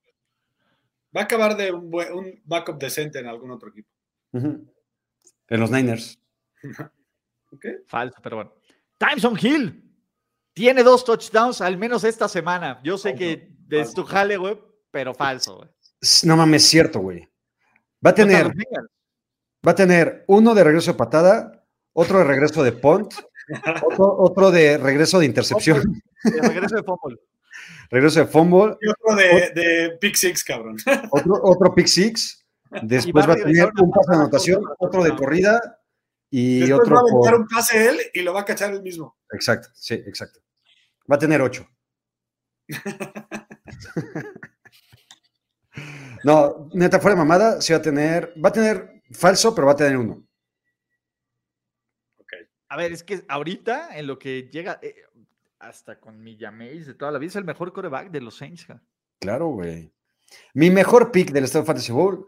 G: Va a acabar de un, buen- un backup decente en algún otro equipo.
H: Ujú. En los Niners.
G: ¿Ok?
F: Falso, pero bueno. Timeson Hill tiene dos touchdowns al menos esta semana. Yo sé que es tu jale, güey, pero falso, güey.
H: S- No mames, cierto, güey. Va a
F: No te
H: tener,
F: los tengas.
H: va a tener uno de regreso de patada, otro de regreso de
G: (laughs)
H: punt, otro, otro de regreso de intercepción,
F: De regreso de fútbol.
H: regreso de fumble,
G: Y otro de, de Pick Six, cabrón.
H: otro, otro
G: (laughs)
H: pick six, después
F: va
H: va
F: a
H: a tener
F: regresar una
H: un pase de
F: patada
H: anotación,
F: corta para
H: otro de
F: touchdown.
H: corrida y
G: Después
H: otro
G: va a aventar
H: por-
G: un pase él y lo va a cachar él mismo.
H: Exacto, sí, exacto. Va a
G: (laughs)
H: tener ocho. no, neta, fuera de mamada, sí va a tener, va a tener falso, pero va a tener uno.
F: A ver, es que ahorita en lo que llega, eh, hasta con mi llaméis de toda la vida, es el mejor coreback de los Saints. ja.
H: Claro, güey. Mi mejor pick del Estado Fantasy Bowl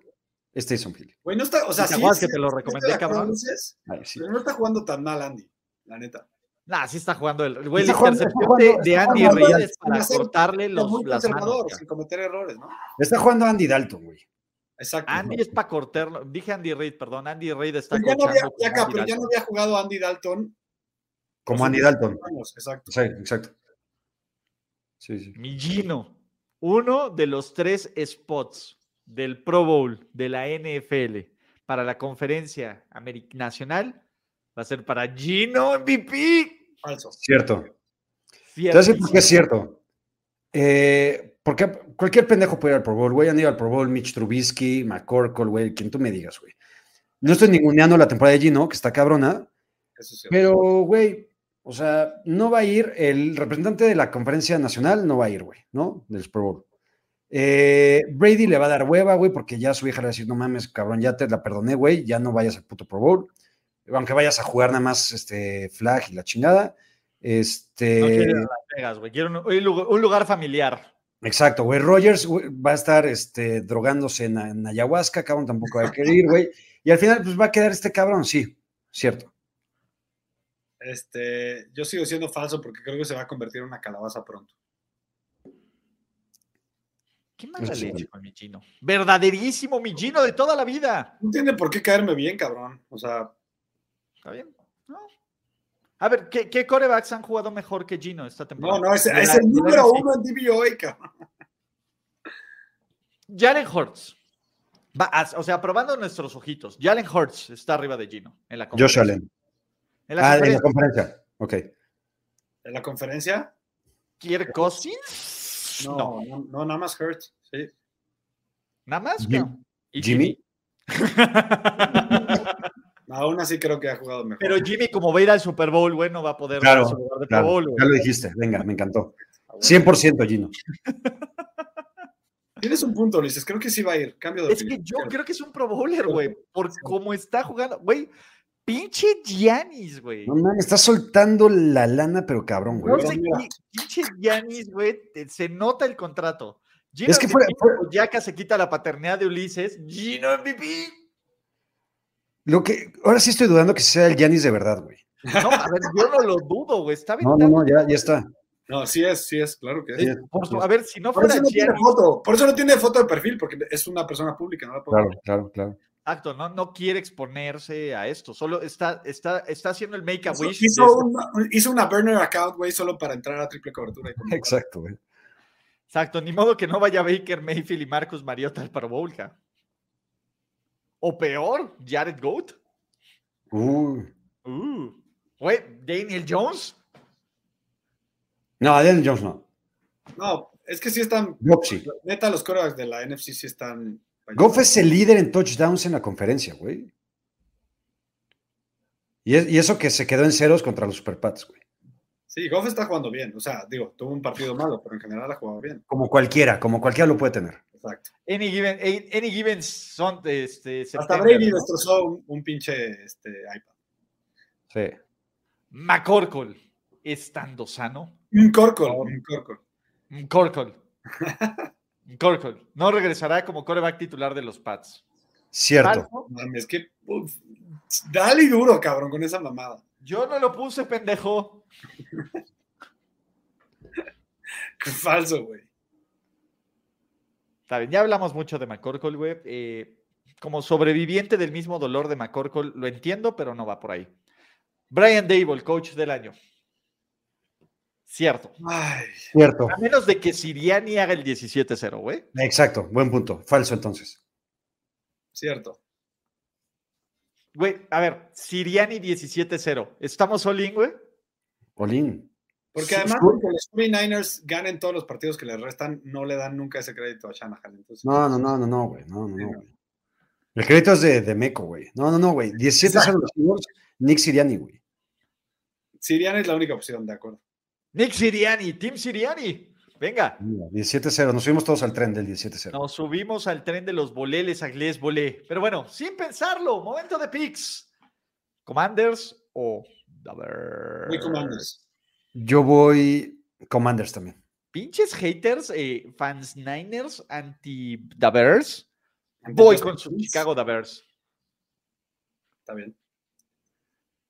H: es Taysom Hill.
G: Güey, no está, o sea,
F: ¿Te
G: sí.
F: acuerdas
G: sí,
F: que te lo
G: sí estoy
F: recomendé,
G: de acuerdo,
F: cabrón?
G: Ulises,
H: Ay, sí.
G: Pero no está jugando tan mal, Andy, la neta.
F: Nah, sí está jugando el. Güey, la
H: Está jugando- está
F: intercepción
H: jugando-
F: de, de
H: está
F: Andy
H: jugando
F: Reid es
G: al-
F: para
G: al hacer-
F: cortarle
G: Está
F: los,
G: muy
F: las manos.
G: conservador,
F: ja.
G: sin cometer errores, ¿no?
H: Está jugando Andy Dalton, güey.
G: Exacto.
F: Andy es para cortarlo. Dije Andy Reid, perdón. Andy Reid Ah, está
G: Pero Pues ya, no había,
F: coachando
G: ya,
F: con
G: acá,
F: Andy
G: pero ya
F: Dalton.
G: no había jugado Andy Dalton.
H: Como Andy Dalton.
G: Vamos, exacto.
H: Sí, exacto. Sí, sí.
F: Mi Gino, uno de los tres spots del Pro Bowl de la NFL para la conferencia ameri- nacional va a ser para Gino MVP.
G: Falso.
H: Cierto. Te voy a decir por qué es cierto. Eh, porque cualquier pendejo puede ir al Pro Bowl, güey. Han ido al Pro Bowl Mitch Trubisky, McCorkle, güey, quien tú me digas, güey. No estoy ninguneando la temporada de Gino, que está cabrona,
G: Eso sí.
H: pero, güey, o sea, no va a ir, el representante de la conferencia nacional no va a ir, güey, ¿no? Del Pro Bowl. Eh, Brady le va a dar hueva, güey, porque ya su hija le va a decir, no mames, cabrón, ya te la perdoné, güey, ya no vayas al puto Pro Bowl. Aunque vayas a jugar nada más este flag y la chingada. Este.
F: No quiero ir a Las Vegas, güey. Quiero un, un lugar, un lugar familiar.
H: Exacto, güey. Rogers güey, va a estar este, drogándose en, en ayahuasca, cabrón, tampoco va a querer ir, güey. Y al final, pues va a quedar este cabrón, sí, cierto.
G: Este, yo sigo siendo falso porque creo que se va a convertir en una calabaza pronto.
F: Qué mala
H: Eso sí.
F: leche con mi Gino. Verdaderísimo mi Gino de toda la vida.
G: No tiene por qué caerme bien, cabrón. O sea,
F: ¿Está bien? ¿No? A ver, ¿qué, qué corebacks han jugado mejor que Gino esta temporada?
G: no, no, es,
F: De
G: es
F: la-
G: el
F: de la
G: número
F: NFC.
G: uno en DBOA, cabrón.
F: Jalen Hurts Va, as- o sea, probando nuestros ojitos. Jalen Hurts está arriba de Gino en la
H: Josh
F: conferencia.
H: Allen.
F: En la
H: Ah, en la
F: conferencia,
H: conferencia. Ok.
G: ¿En la conferencia?
F: ¿Kirk Cousins? No.
G: No, no, no, nada más Hurt. Sí.
F: Nada más.
H: Jim-
F: cabrón. Y
H: Jimmy.
G: Aún así creo que ha jugado mejor.
F: Pero Jimmy, como va a ir al Super Bowl, bueno, va a poder
H: Claro,
F: dar su lugar de Pro
H: Claro,
F: Bowl, güey. Ah,
H: ya lo dijiste. Venga, me encantó. 100% Gino.
G: Tienes un punto, Ulises. Creo que sí va a ir. Cambio de
F: Es que
G: opinión.
F: yo creo que es un Pro Bowler, güey. Por cómo está jugando. Güey, pinche Giannis, güey.
H: No mames, está soltando la lana, pero cabrón,
F: No
H: güey.
G: pero
F: sé
G: mira.
F: qué. Pinche Giannis, güey. te- Se nota el contrato. Gino
H: Es que fue-
F: MVP,
H: fue-
F: Boyaca se quita la paternidad de Ulises. Gino MVP.
H: Lo que, ahora sí estoy dudando que sea el Giannis de verdad, güey.
F: No, a ver, yo no lo dudo, güey. Está
H: No, no,
F: aventando-
H: no, ya, ya está.
G: No, sí es, sí es, claro que es.
H: Sí.
F: Por su- a ver, si no
G: Por
F: fuera
G: eso no tiene
F: Giannis,
G: foto. Por eso no tiene foto de perfil, porque es una persona pública, no la puedo
H: Claro, claro, claro.
F: exacto, no, no quiere exponerse a esto. Solo está, está, está haciendo el make a
G: Hizo-
F: wish.
G: Hizo,
F: de- este
G: una, hizo una burner account, güey, solo para entrar a triple cobertura. y comentar.
F: (laughs)
H: Exacto, güey.
F: Exacto, ni modo que no vaya Baker Mayfield y Marcus Mariota al Pro Bowl, ca. O peor, Jared Goat.
H: Uy.
F: Uh. Güey, Daniel Jones.
H: No, Daniel Jones no.
G: No, es que sí están.
H: Goff sí.
G: Neta, los corebacks de la NFC sí están.
H: Goff es el líder en touchdowns en la conferencia, güey. Y, es- y eso que se quedó en ceros contra los Super Pats, güey.
G: Sí, Goff está jugando bien. O sea, digo, tuvo un partido malo, pero en general ha jugado bien.
H: Como cualquiera, como cualquiera lo puede tener.
G: Exacto.
F: Any given, any given son este,
G: Hasta
F: septiembre,
G: Brady
F: ¿no?
G: destrozó un, un pinche este, iPad.
H: Sí.
F: McCorkle, estando sano.
G: Un Corcol. Un Corcol. (laughs)
F: McCorkle. McCorkle. No regresará como coreback titular de los Pats.
H: Cierto.
F: Falso.
G: Mames, que. uf, dale duro, cabrón, con esa mamada.
F: Yo no lo puse, pendejo.
G: Qué falso, güey.
F: Está bien, ya hablamos mucho de McCorkle, güey. Eh, como sobreviviente del mismo dolor de McCorkle, lo entiendo, pero no va por ahí. Brian Dable, coach del año. Cierto.
G: Ay,
H: Cierto.
F: A menos de que Siriani haga el 17-0, güey.
H: Exacto. Buen punto. Falso entonces.
G: cierto.
F: Güey, a ver, Siriani 17-0. ¿Estamos all in, güey?
H: Olín.
G: Porque
H: Sí,
G: además,
H: sí.
G: que los 49ers ganen todos los partidos que les restan, no le dan nunca ese crédito a Shanahan. Entonces,
H: No, no, no, no, no, güey. No, no, no, güey. El crédito es de, de Meco, güey. No, no, no, güey. 17 0 los Eagles, Nick Siriani, güey.
G: Sirian es la única opción, de acuerdo.
F: Nick Siriani, Team Siriani. Venga,
H: Mira, 17-0. Nos subimos todos al tren del 17-0.
F: nos subimos al tren de los boleles, aglés, bolé. Pero bueno, sin pensarlo, momento de picks. Commanders o... A ver...
G: Muy comandos.
H: Yo voy Commanders también.
F: pinches haters, eh, fans Niners anti The Bears. Voy con sus Chicago The Bears.
G: Está bien.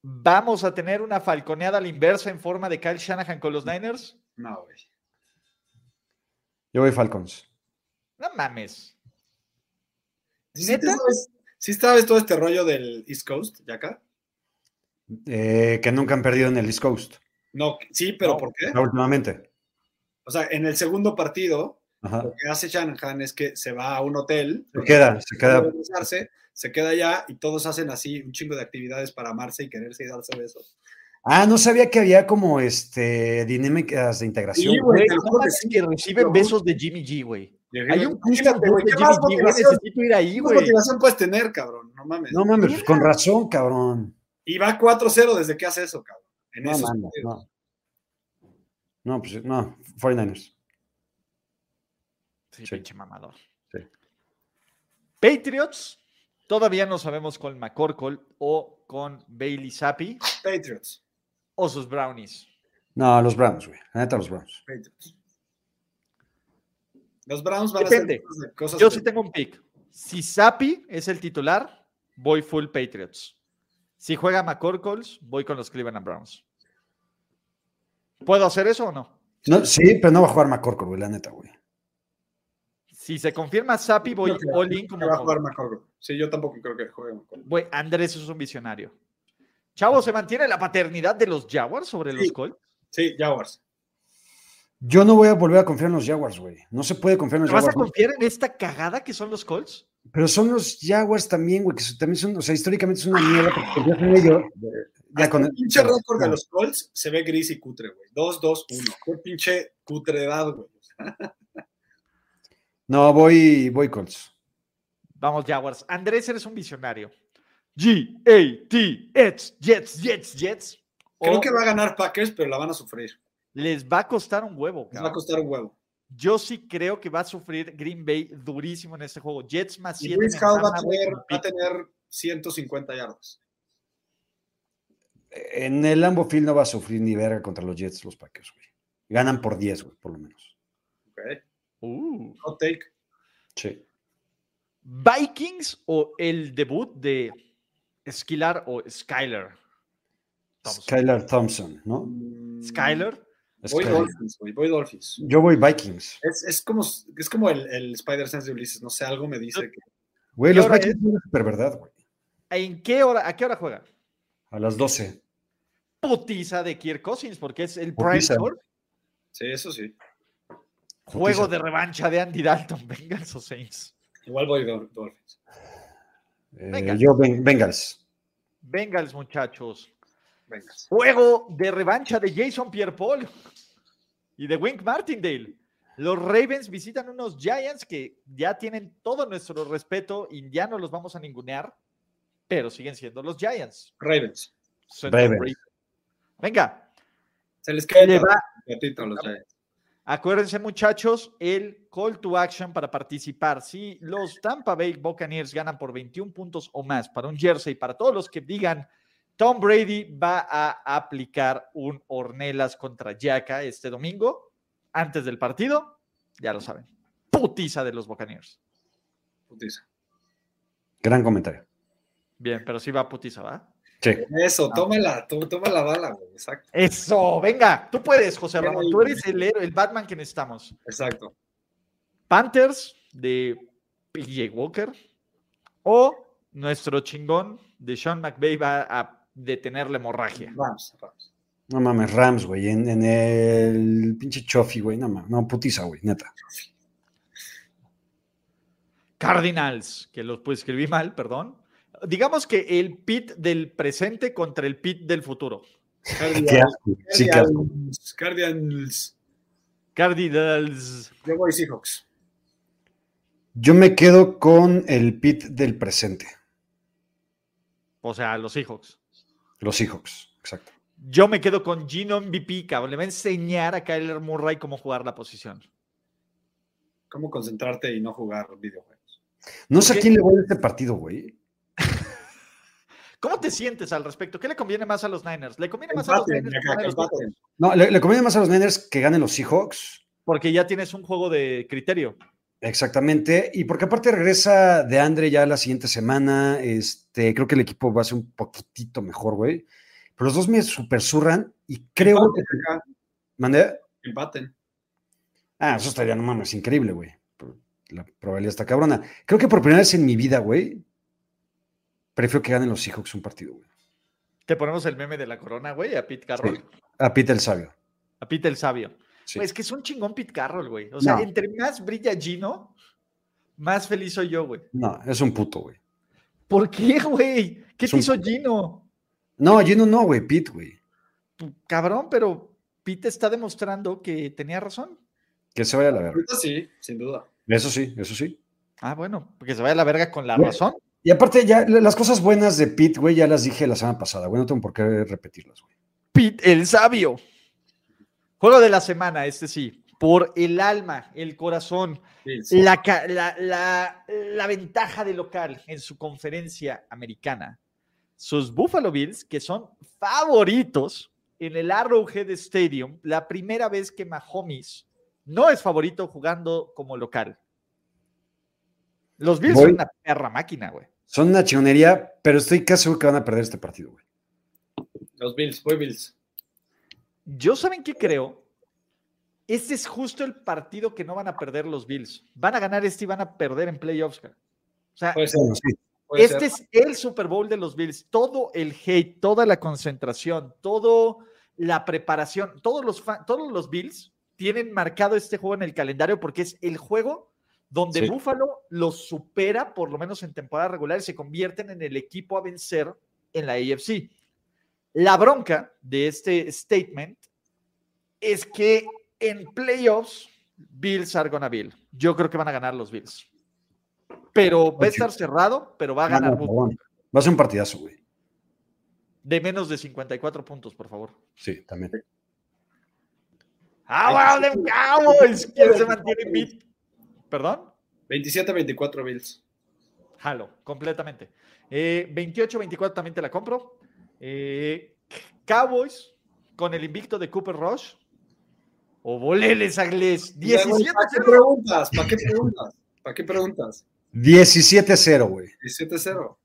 F: ¿Vamos a tener una falconeada a la inversa en forma de Kyle Shanahan con los Niners?
G: No, güey.
H: Yo voy Falcons.
F: No mames.
G: ¿Sí,
F: ¿Neta?
G: te sabes- sí sabes todo este rollo del East Coast, ya acá?
H: Eh, que nunca han perdido en el East Coast.
G: No, sí, pero
F: No.
G: ¿por qué?
H: No, Ah, últimamente.
G: O sea, en el segundo partido,
H: Ajá.
G: lo que hace Shanahan es que se va a un hotel.
H: Se queda, se queda.
G: organizarse, Se queda allá y todos hacen así un chingo de actividades para amarse y quererse y darse besos.
H: Ah, no sabía que había como este dinámicas de integración.
G: Sí,
H: güey.
G: Güey,
F: Güey,
G: te lo
F: no
G: juro que
F: mames
G: sí,
F: que
G: lo
F: reciben
G: juro.
F: besos de Jimmy G, güey. Hay un curso
G: Imagínate, güey,
F: de
G: ¿qué
F: Jimmy
G: más
F: G, güey.
G: motivación-
F: Necesito ir ahí,
G: qué más
F: güey.
G: motivación puedes tener, cabrón? No mames.
H: No mames, pues, con razón, cabrón.
G: Y va 4-0 desde que hace eso, cabrón. En
H: No,
G: esos
H: mames,
G: partidos.
H: no. No, pues no, 49ers.
F: Sí,
H: Sí.
F: pinche mamador.
H: Sí.
F: Patriots. Todavía no sabemos con McCorkle o con Bailey Zappi
G: Patriots.
F: o sus Brownies.
H: No, los Browns, güey. La neta, los Browns.
G: Patriots. Los Browns van a
F: Depende.
G: hacer cosas de- cosas.
F: Yo
G: de-
F: sí tengo un pick. Si Sapi es el titular, voy full Patriots. Si juega McCorkles, voy con los Cleveland Browns. ¿Puedo hacer eso o no?
H: No, sí, pero no va a jugar McCorkle, güey, la neta, güey.
F: Si se confirma Sapi, voy
G: Yo creo que-
F: all in
G: que
F: como
G: va a jugar McCorkle. Sí, yo tampoco creo que juegue McCorkle.
F: Güey, Andrés es un visionario. Chavo, ¿se mantiene la paternidad de los Jaguars sobre los
G: Sí.
F: Colts?
G: Sí, Jaguars.
H: Yo no voy a volver a confiar en los Jaguars, güey. No se puede confiar en los
F: ¿Vas a
H: Jaguars.
F: confiar en esta cagada que son los Colts?
H: Pero son los Jaguars también, güey, que son- también son, o sea, históricamente es una mierda porque ya son ellos. Ya
G: Ah. Hasta
H: con
G: el pinche récord de los Colts se ve gris y cutre, güey. 2-2-1. Qué pinche cutredad, güey.
H: No, voy, voy Colts.
F: Vamos, Jaguars. Andrés, eres un visionario. G-A-T, Jets, Jets, Jets, Jets.
G: Creo
F: O
G: que va a ganar Packers, pero la van a sufrir.
F: les va a costar un huevo.
G: Les va a
F: cabrón.
G: costar un huevo.
F: Yo sí creo que va a sufrir Green Bay durísimo en este juego. Jets más
G: Y
F: 7.
G: Luis Howe va a tener, va a tener 150 yardas.
H: En el Lambo Field no va a sufrir ni verga contra los Jets, los Packers, güey. Ganan por 10, güey, por lo menos.
G: Ok.
F: Uh.
G: Hot take.
H: Sí.
F: Vikings o el debut de Skylar o Skyler. Thompson.
H: Skylar Thompson, ¿no?
G: Mm,
F: Skyler.
G: Voy
H: Skylar.
G: Dolphins, güey. Voy Dolphins.
H: Yo voy Vikings.
G: Es, es como, es como el, el Spider-Sense de Ulises. No sé, algo me dice que.
H: Güey,
F: ¿Qué
H: los
F: hora
H: Vikings son una super verdad, güey.
F: ¿En qué hora, ¿A qué hora juega?
H: A las 12.
F: Putiza de Kirk Cousins porque es el Prime
H: Putiza.
F: Time.
G: Sí, eso sí.
F: Juego
H: Putiza.
F: de revancha de Andy Dalton. (laughs) Bengals o Saints.
G: Igual voy Dol- Dolphins.
H: Eh,
F: Venga.
H: yo, Ben- Bengals.
F: Bengals, muchachos.
G: Venga.
F: Juego de revancha de Jason Pierre-Paul y de Wink Martindale. Los Ravens visitan unos Giants que ya tienen todo nuestro respeto y ya no los vamos a ningunear, pero siguen siendo los Giants.
G: Ravens.
F: Son
H: Ravens.
F: los Venga,
G: Se les cae
F: le
G: el
F: va-
G: gatito a los Giants.
F: acuérdense muchachos, el call to action para participar. Si los Tampa Bay Buccaneers ganan por 21 puntos o más para un jersey, para todos los que digan Tom Brady va a aplicar un Ornelas contra Yaca este domingo, antes del partido, ya lo saben. Putiza de los Buccaneers.
G: Putiza.
H: Gran comentario.
F: Bien, pero sí va putiza, ¿va?
H: Sí.
G: Eso, tómala, tú- toma la bala, güey. Exacto.
F: Eso, venga, tú puedes, José Ramón.
G: Ay,
F: Tú eres el héroe, el Batman que necesitamos.
G: Exacto.
F: Panthers de PJ Walker o nuestro chingón de Sean McVay va a detener la hemorragia.
G: Rams, Rams.
H: No mames, Rams, güey. En, en el pinche Chofi, güey. No mames. No, putiza, güey, neta.
F: Cardinals, que los pues, escribí mal, perdón. Digamos que el pit del presente contra el pit del futuro.
H: Qué asco. Sí, qué asco.
G: Cardinals. Cardinals.
F: Cardinals.
G: Yo voy Seahawks.
H: Yo me quedo con el pit del presente.
F: O sea, los Seahawks.
H: Los Seahawks. Exacto.
F: Yo me quedo con Gino MVP, cabrón. Le va a enseñar a Kyler Murray cómo jugar la posición.
G: ¿Cómo concentrarte y no jugar videojuegos?
H: No sé
F: Ok.
H: a quién le voy a este partido, güey.
F: ¿Cómo te sientes al respecto? ¿Qué le conviene más a los Niners? ¿Le conviene más a los
G: Empaten,
F: Niners?
G: acá,
F: ganar
G: que
F: los Seahawks?
G: empaten.
H: No, le, le conviene más a los Niners que ganen los Seahawks.
F: Porque ya tienes un juego de criterio.
H: Exactamente. Y porque aparte regresa de Andre ya la siguiente semana. Este, creo que el equipo va a ser un poquitito mejor, güey. Pero los dos me supersurran y creo que.
G: Empaten, acá,
H: ¿Mandé?
G: empaten.
H: Ah, eso estaría, no mames, increíble, güey. Pero La probabilidad está cabrona. Creo que por primera vez en mi vida, güey, prefiero que ganen los Seahawks un partido, güey.
F: Te ponemos el meme de la corona, güey, a Pete Carroll.
H: A Pete el Sabio.
F: A Pete el sabio.
H: Sí.
F: Pues es que es un chingón Pete Carroll, güey. O sea,
H: No.
F: entre más brilla Gino, más feliz soy yo, güey.
H: No, es un puto, güey.
F: ¿Por qué, güey? ¿Qué
H: Es
F: te
H: un-
F: hizo Gino?
H: No, Gino no, güey, Pete, güey.
F: Pu- Cabrón, pero Pete está demostrando que tenía razón.
H: Que se vaya a la verga.
G: Ahorita sí, sin duda.
H: Eso sí, eso sí.
F: Ah, bueno, porque se vaya a la verga con la
H: Güey.
F: razón.
H: Y aparte, ya la- las cosas buenas de Pete, güey, ya las dije la semana pasada, güey. No tengo por qué repetirlas, güey.
F: Pete el sabio. Juego de la semana, este sí. Por el alma, el corazón,
G: Bills.
F: la, ca- la- la- la ventaja de local en su conferencia americana. Sus Buffalo Bills, que son favoritos en el Arrowhead Stadium, la primera vez que Mahomes no es favorito jugando como local. Los Bills
H: Voy.
F: son una perra máquina, güey.
H: Son una chingonería, pero estoy casi seguro que van a perder este partido, güey.
G: Los Bills, voy Bills.
F: Yo saben qué creo. Este es justo el partido que no van a perder los Bills. Van a ganar este y van a perder en playoffs. cara. O sea,
G: Puede ser,
H: Bueno, sí.
G: puede
F: Este
G: ser.
F: es el Super Bowl de los Bills. Todo el hate, toda la concentración, toda la preparación, todos los, fan- todos los Bills tienen marcado este juego en el calendario porque es el juego donde
H: Sí.
F: Buffalo los supera, por lo menos en temporada regular, y se convierten en el equipo a vencer en la AFC. La bronca de este statement es que en playoffs, Bills are gonna Bill. Yo creo que van a ganar los Bills. Pero va a
H: Ocho.
F: estar cerrado, pero va a
H: Ah,
F: ganar
H: no,
F: Buffalo.
H: perdón. Va a ser un partidazo, güey.
F: De menos de 54 puntos, por favor.
H: Sí, también.
F: ¡Ah, wow, them Cowboys! (laughs) ¿Quién se mantiene invicto? ¿Perdón?
G: 27-24 Bills.
F: Jalo, completamente. Eh, 28-24 también te la compro. Eh, Cowboys con el invicto de Cooper Rush. O voleles, Agles.
G: ¿Para qué
F: 17-0.
G: preguntas? ¿Para qué preguntas? ¿Para qué preguntas?
H: 17-0, güey.
G: 17-0.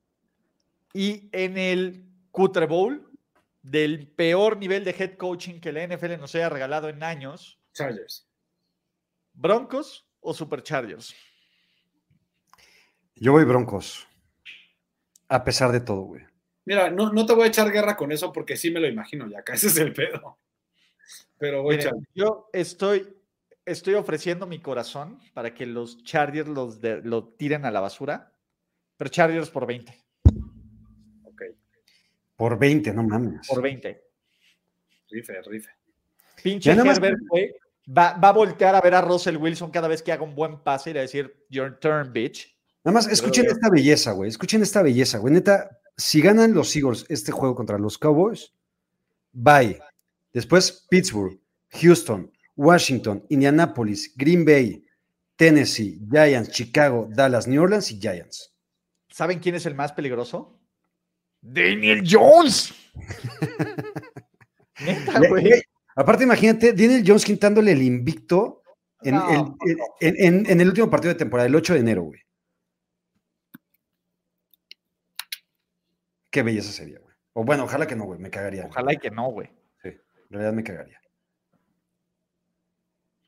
F: Y en el Cutre Bowl, del peor nivel de head coaching que la NFL nos haya regalado en años,
G: Chargers.
F: ¿Broncos o Superchargers?
H: Yo voy broncos. A pesar de todo, güey.
G: Mira, no, no te voy a echar guerra con eso porque sí me lo imagino, ya (laughs) acá ese es el pedo. Pero voy a
F: Miren, yo estoy, estoy ofreciendo mi corazón para que los Chargers los de- lo tiren a la basura, pero Chargers por 20,
H: Por 20, no mames.
F: por 20.
G: rife, rife.
F: Pinche
H: Ya nada más-
F: Herbert, güey, va, va a voltear a ver a Russell Wilson cada vez que haga un buen pase y le va a decir, your turn, bitch.
H: Nada más, escuchen
G: yo-
H: esta belleza, güey. Escuchen esta belleza, güey. Neta, si ganan los Eagles este juego contra los Cowboys, bye. Después Pittsburgh, Houston, Washington, Indianapolis, Green Bay, Tennessee, Giants, Chicago, Dallas, New Orleans y Giants.
F: ¿Saben quién es el más peligroso? Daniel
H: (laughs)
F: Jones. Neta,
H: Le-
F: Ah, güey.
H: güey, Aparte, imagínate, Daniel Jones quintándole el invicto en,
F: No,
H: el,
F: no,
H: en- en- en el último partido de temporada, el 8 de enero, güey. Qué belleza sería, güey. O bueno, ojalá que no, güey, me cagaría. güey.
F: Ojalá y que no, güey.
H: En realidad me cagaría.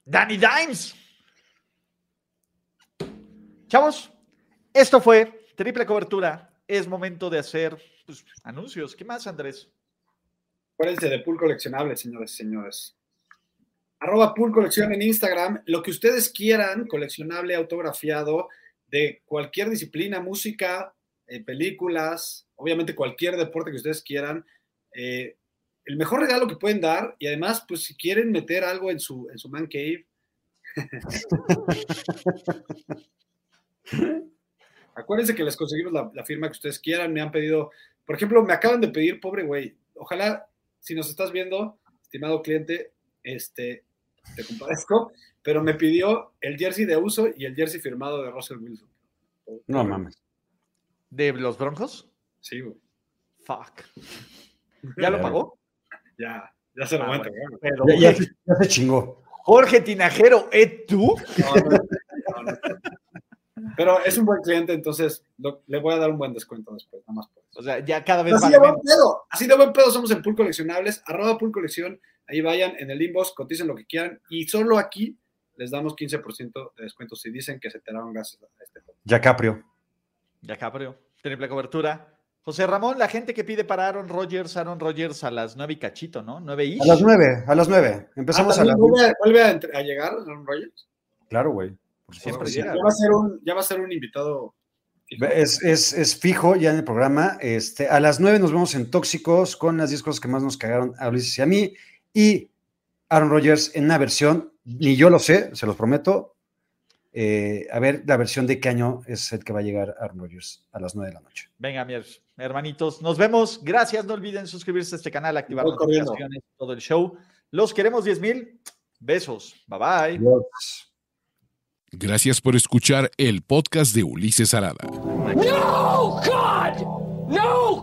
F: Danny Dimes. Chavos, esto fue triple cobertura. Es momento de hacer pues, anuncios. ¿Qué más, Andrés?
G: Acuérdense de Pool Coleccionable, señores y señores. Arroba Pool Colección en Instagram. Lo que ustedes quieran, coleccionable, autografiado, de cualquier disciplina, música, eh, películas, obviamente cualquier deporte que ustedes quieran. Eh, el mejor regalo que pueden dar, y además, pues si quieren meter algo en su, en su man cave. Acuérdense que les conseguimos la, la firma que ustedes quieran. Me han pedido, por ejemplo, me acaban de pedir, pobre güey, ojalá si nos estás viendo, estimado cliente, este, te compadezco, pero me pidió el jersey de uso y el jersey firmado de Russell Wilson.
H: No mames.
F: ¿De los Broncos?
G: Sí, güey.
F: Fuck. ¿Ya lo pagó?
G: Ya, ya se lo
F: Ah,
G: aguanta.
F: Pero,
H: Ya, ya-
F: güey,
H: ya se chingó.
F: Jorge Tinajero, ¿eh tú?
G: No, no, no, no. Pero es un buen cliente, entonces lo- le voy a dar un buen descuento después, nada más por eso.
F: O sea, ya cada vez
G: Así
F: Pues, vale
G: de buen
F: menos.
G: pedo, así de buen pedo somos en Pool Coleccionables, arroba Pool Colección, ahí vayan en el inbox, coticen lo que quieran y solo aquí les damos 15% de descuento si dicen que se enteraron gracias a este podcast.
H: Ya Caprio.
F: Ya cabreo. Triple cobertura. José Ramón, la gente que pide para Aaron Rodgers, Aaron Rodgers a las 9 y cachito, ¿no? 9 y.
H: A las nueve, a las nueve. Empezamos
G: Ah,
H: a las
G: ¿también
H: nueve.
G: ¿Vuelve, a, vuelve a entr- a llegar Aaron Rodgers?
H: Claro, güey. Por
F: Siempre
H: supuesto.
F: llega.
G: Ya va a ser un, ya va a ser un invitado. fijo.
H: Es, es- es fijo ya en el programa. Este, a las 9 nos vemos en Tóxicos con las 10 cosas que más nos cagaron a Ulises y a mí. Y Aaron Rodgers en una versión, ni yo lo sé, se los prometo. Eh, a ver, la versión de qué año es el que va a llegar Aaron Rodgers a las 9 de la noche.
F: Venga, mis hermanitos, nos vemos. Gracias, no olviden suscribirse a este canal, activar
G: Voy corriendo.
F: notificaciones, todo el show. Los queremos 10 mil. Besos. Bye bye.
H: Adiós.
A: Gracias por escuchar el podcast de Ulises Arada.
B: No, God! No,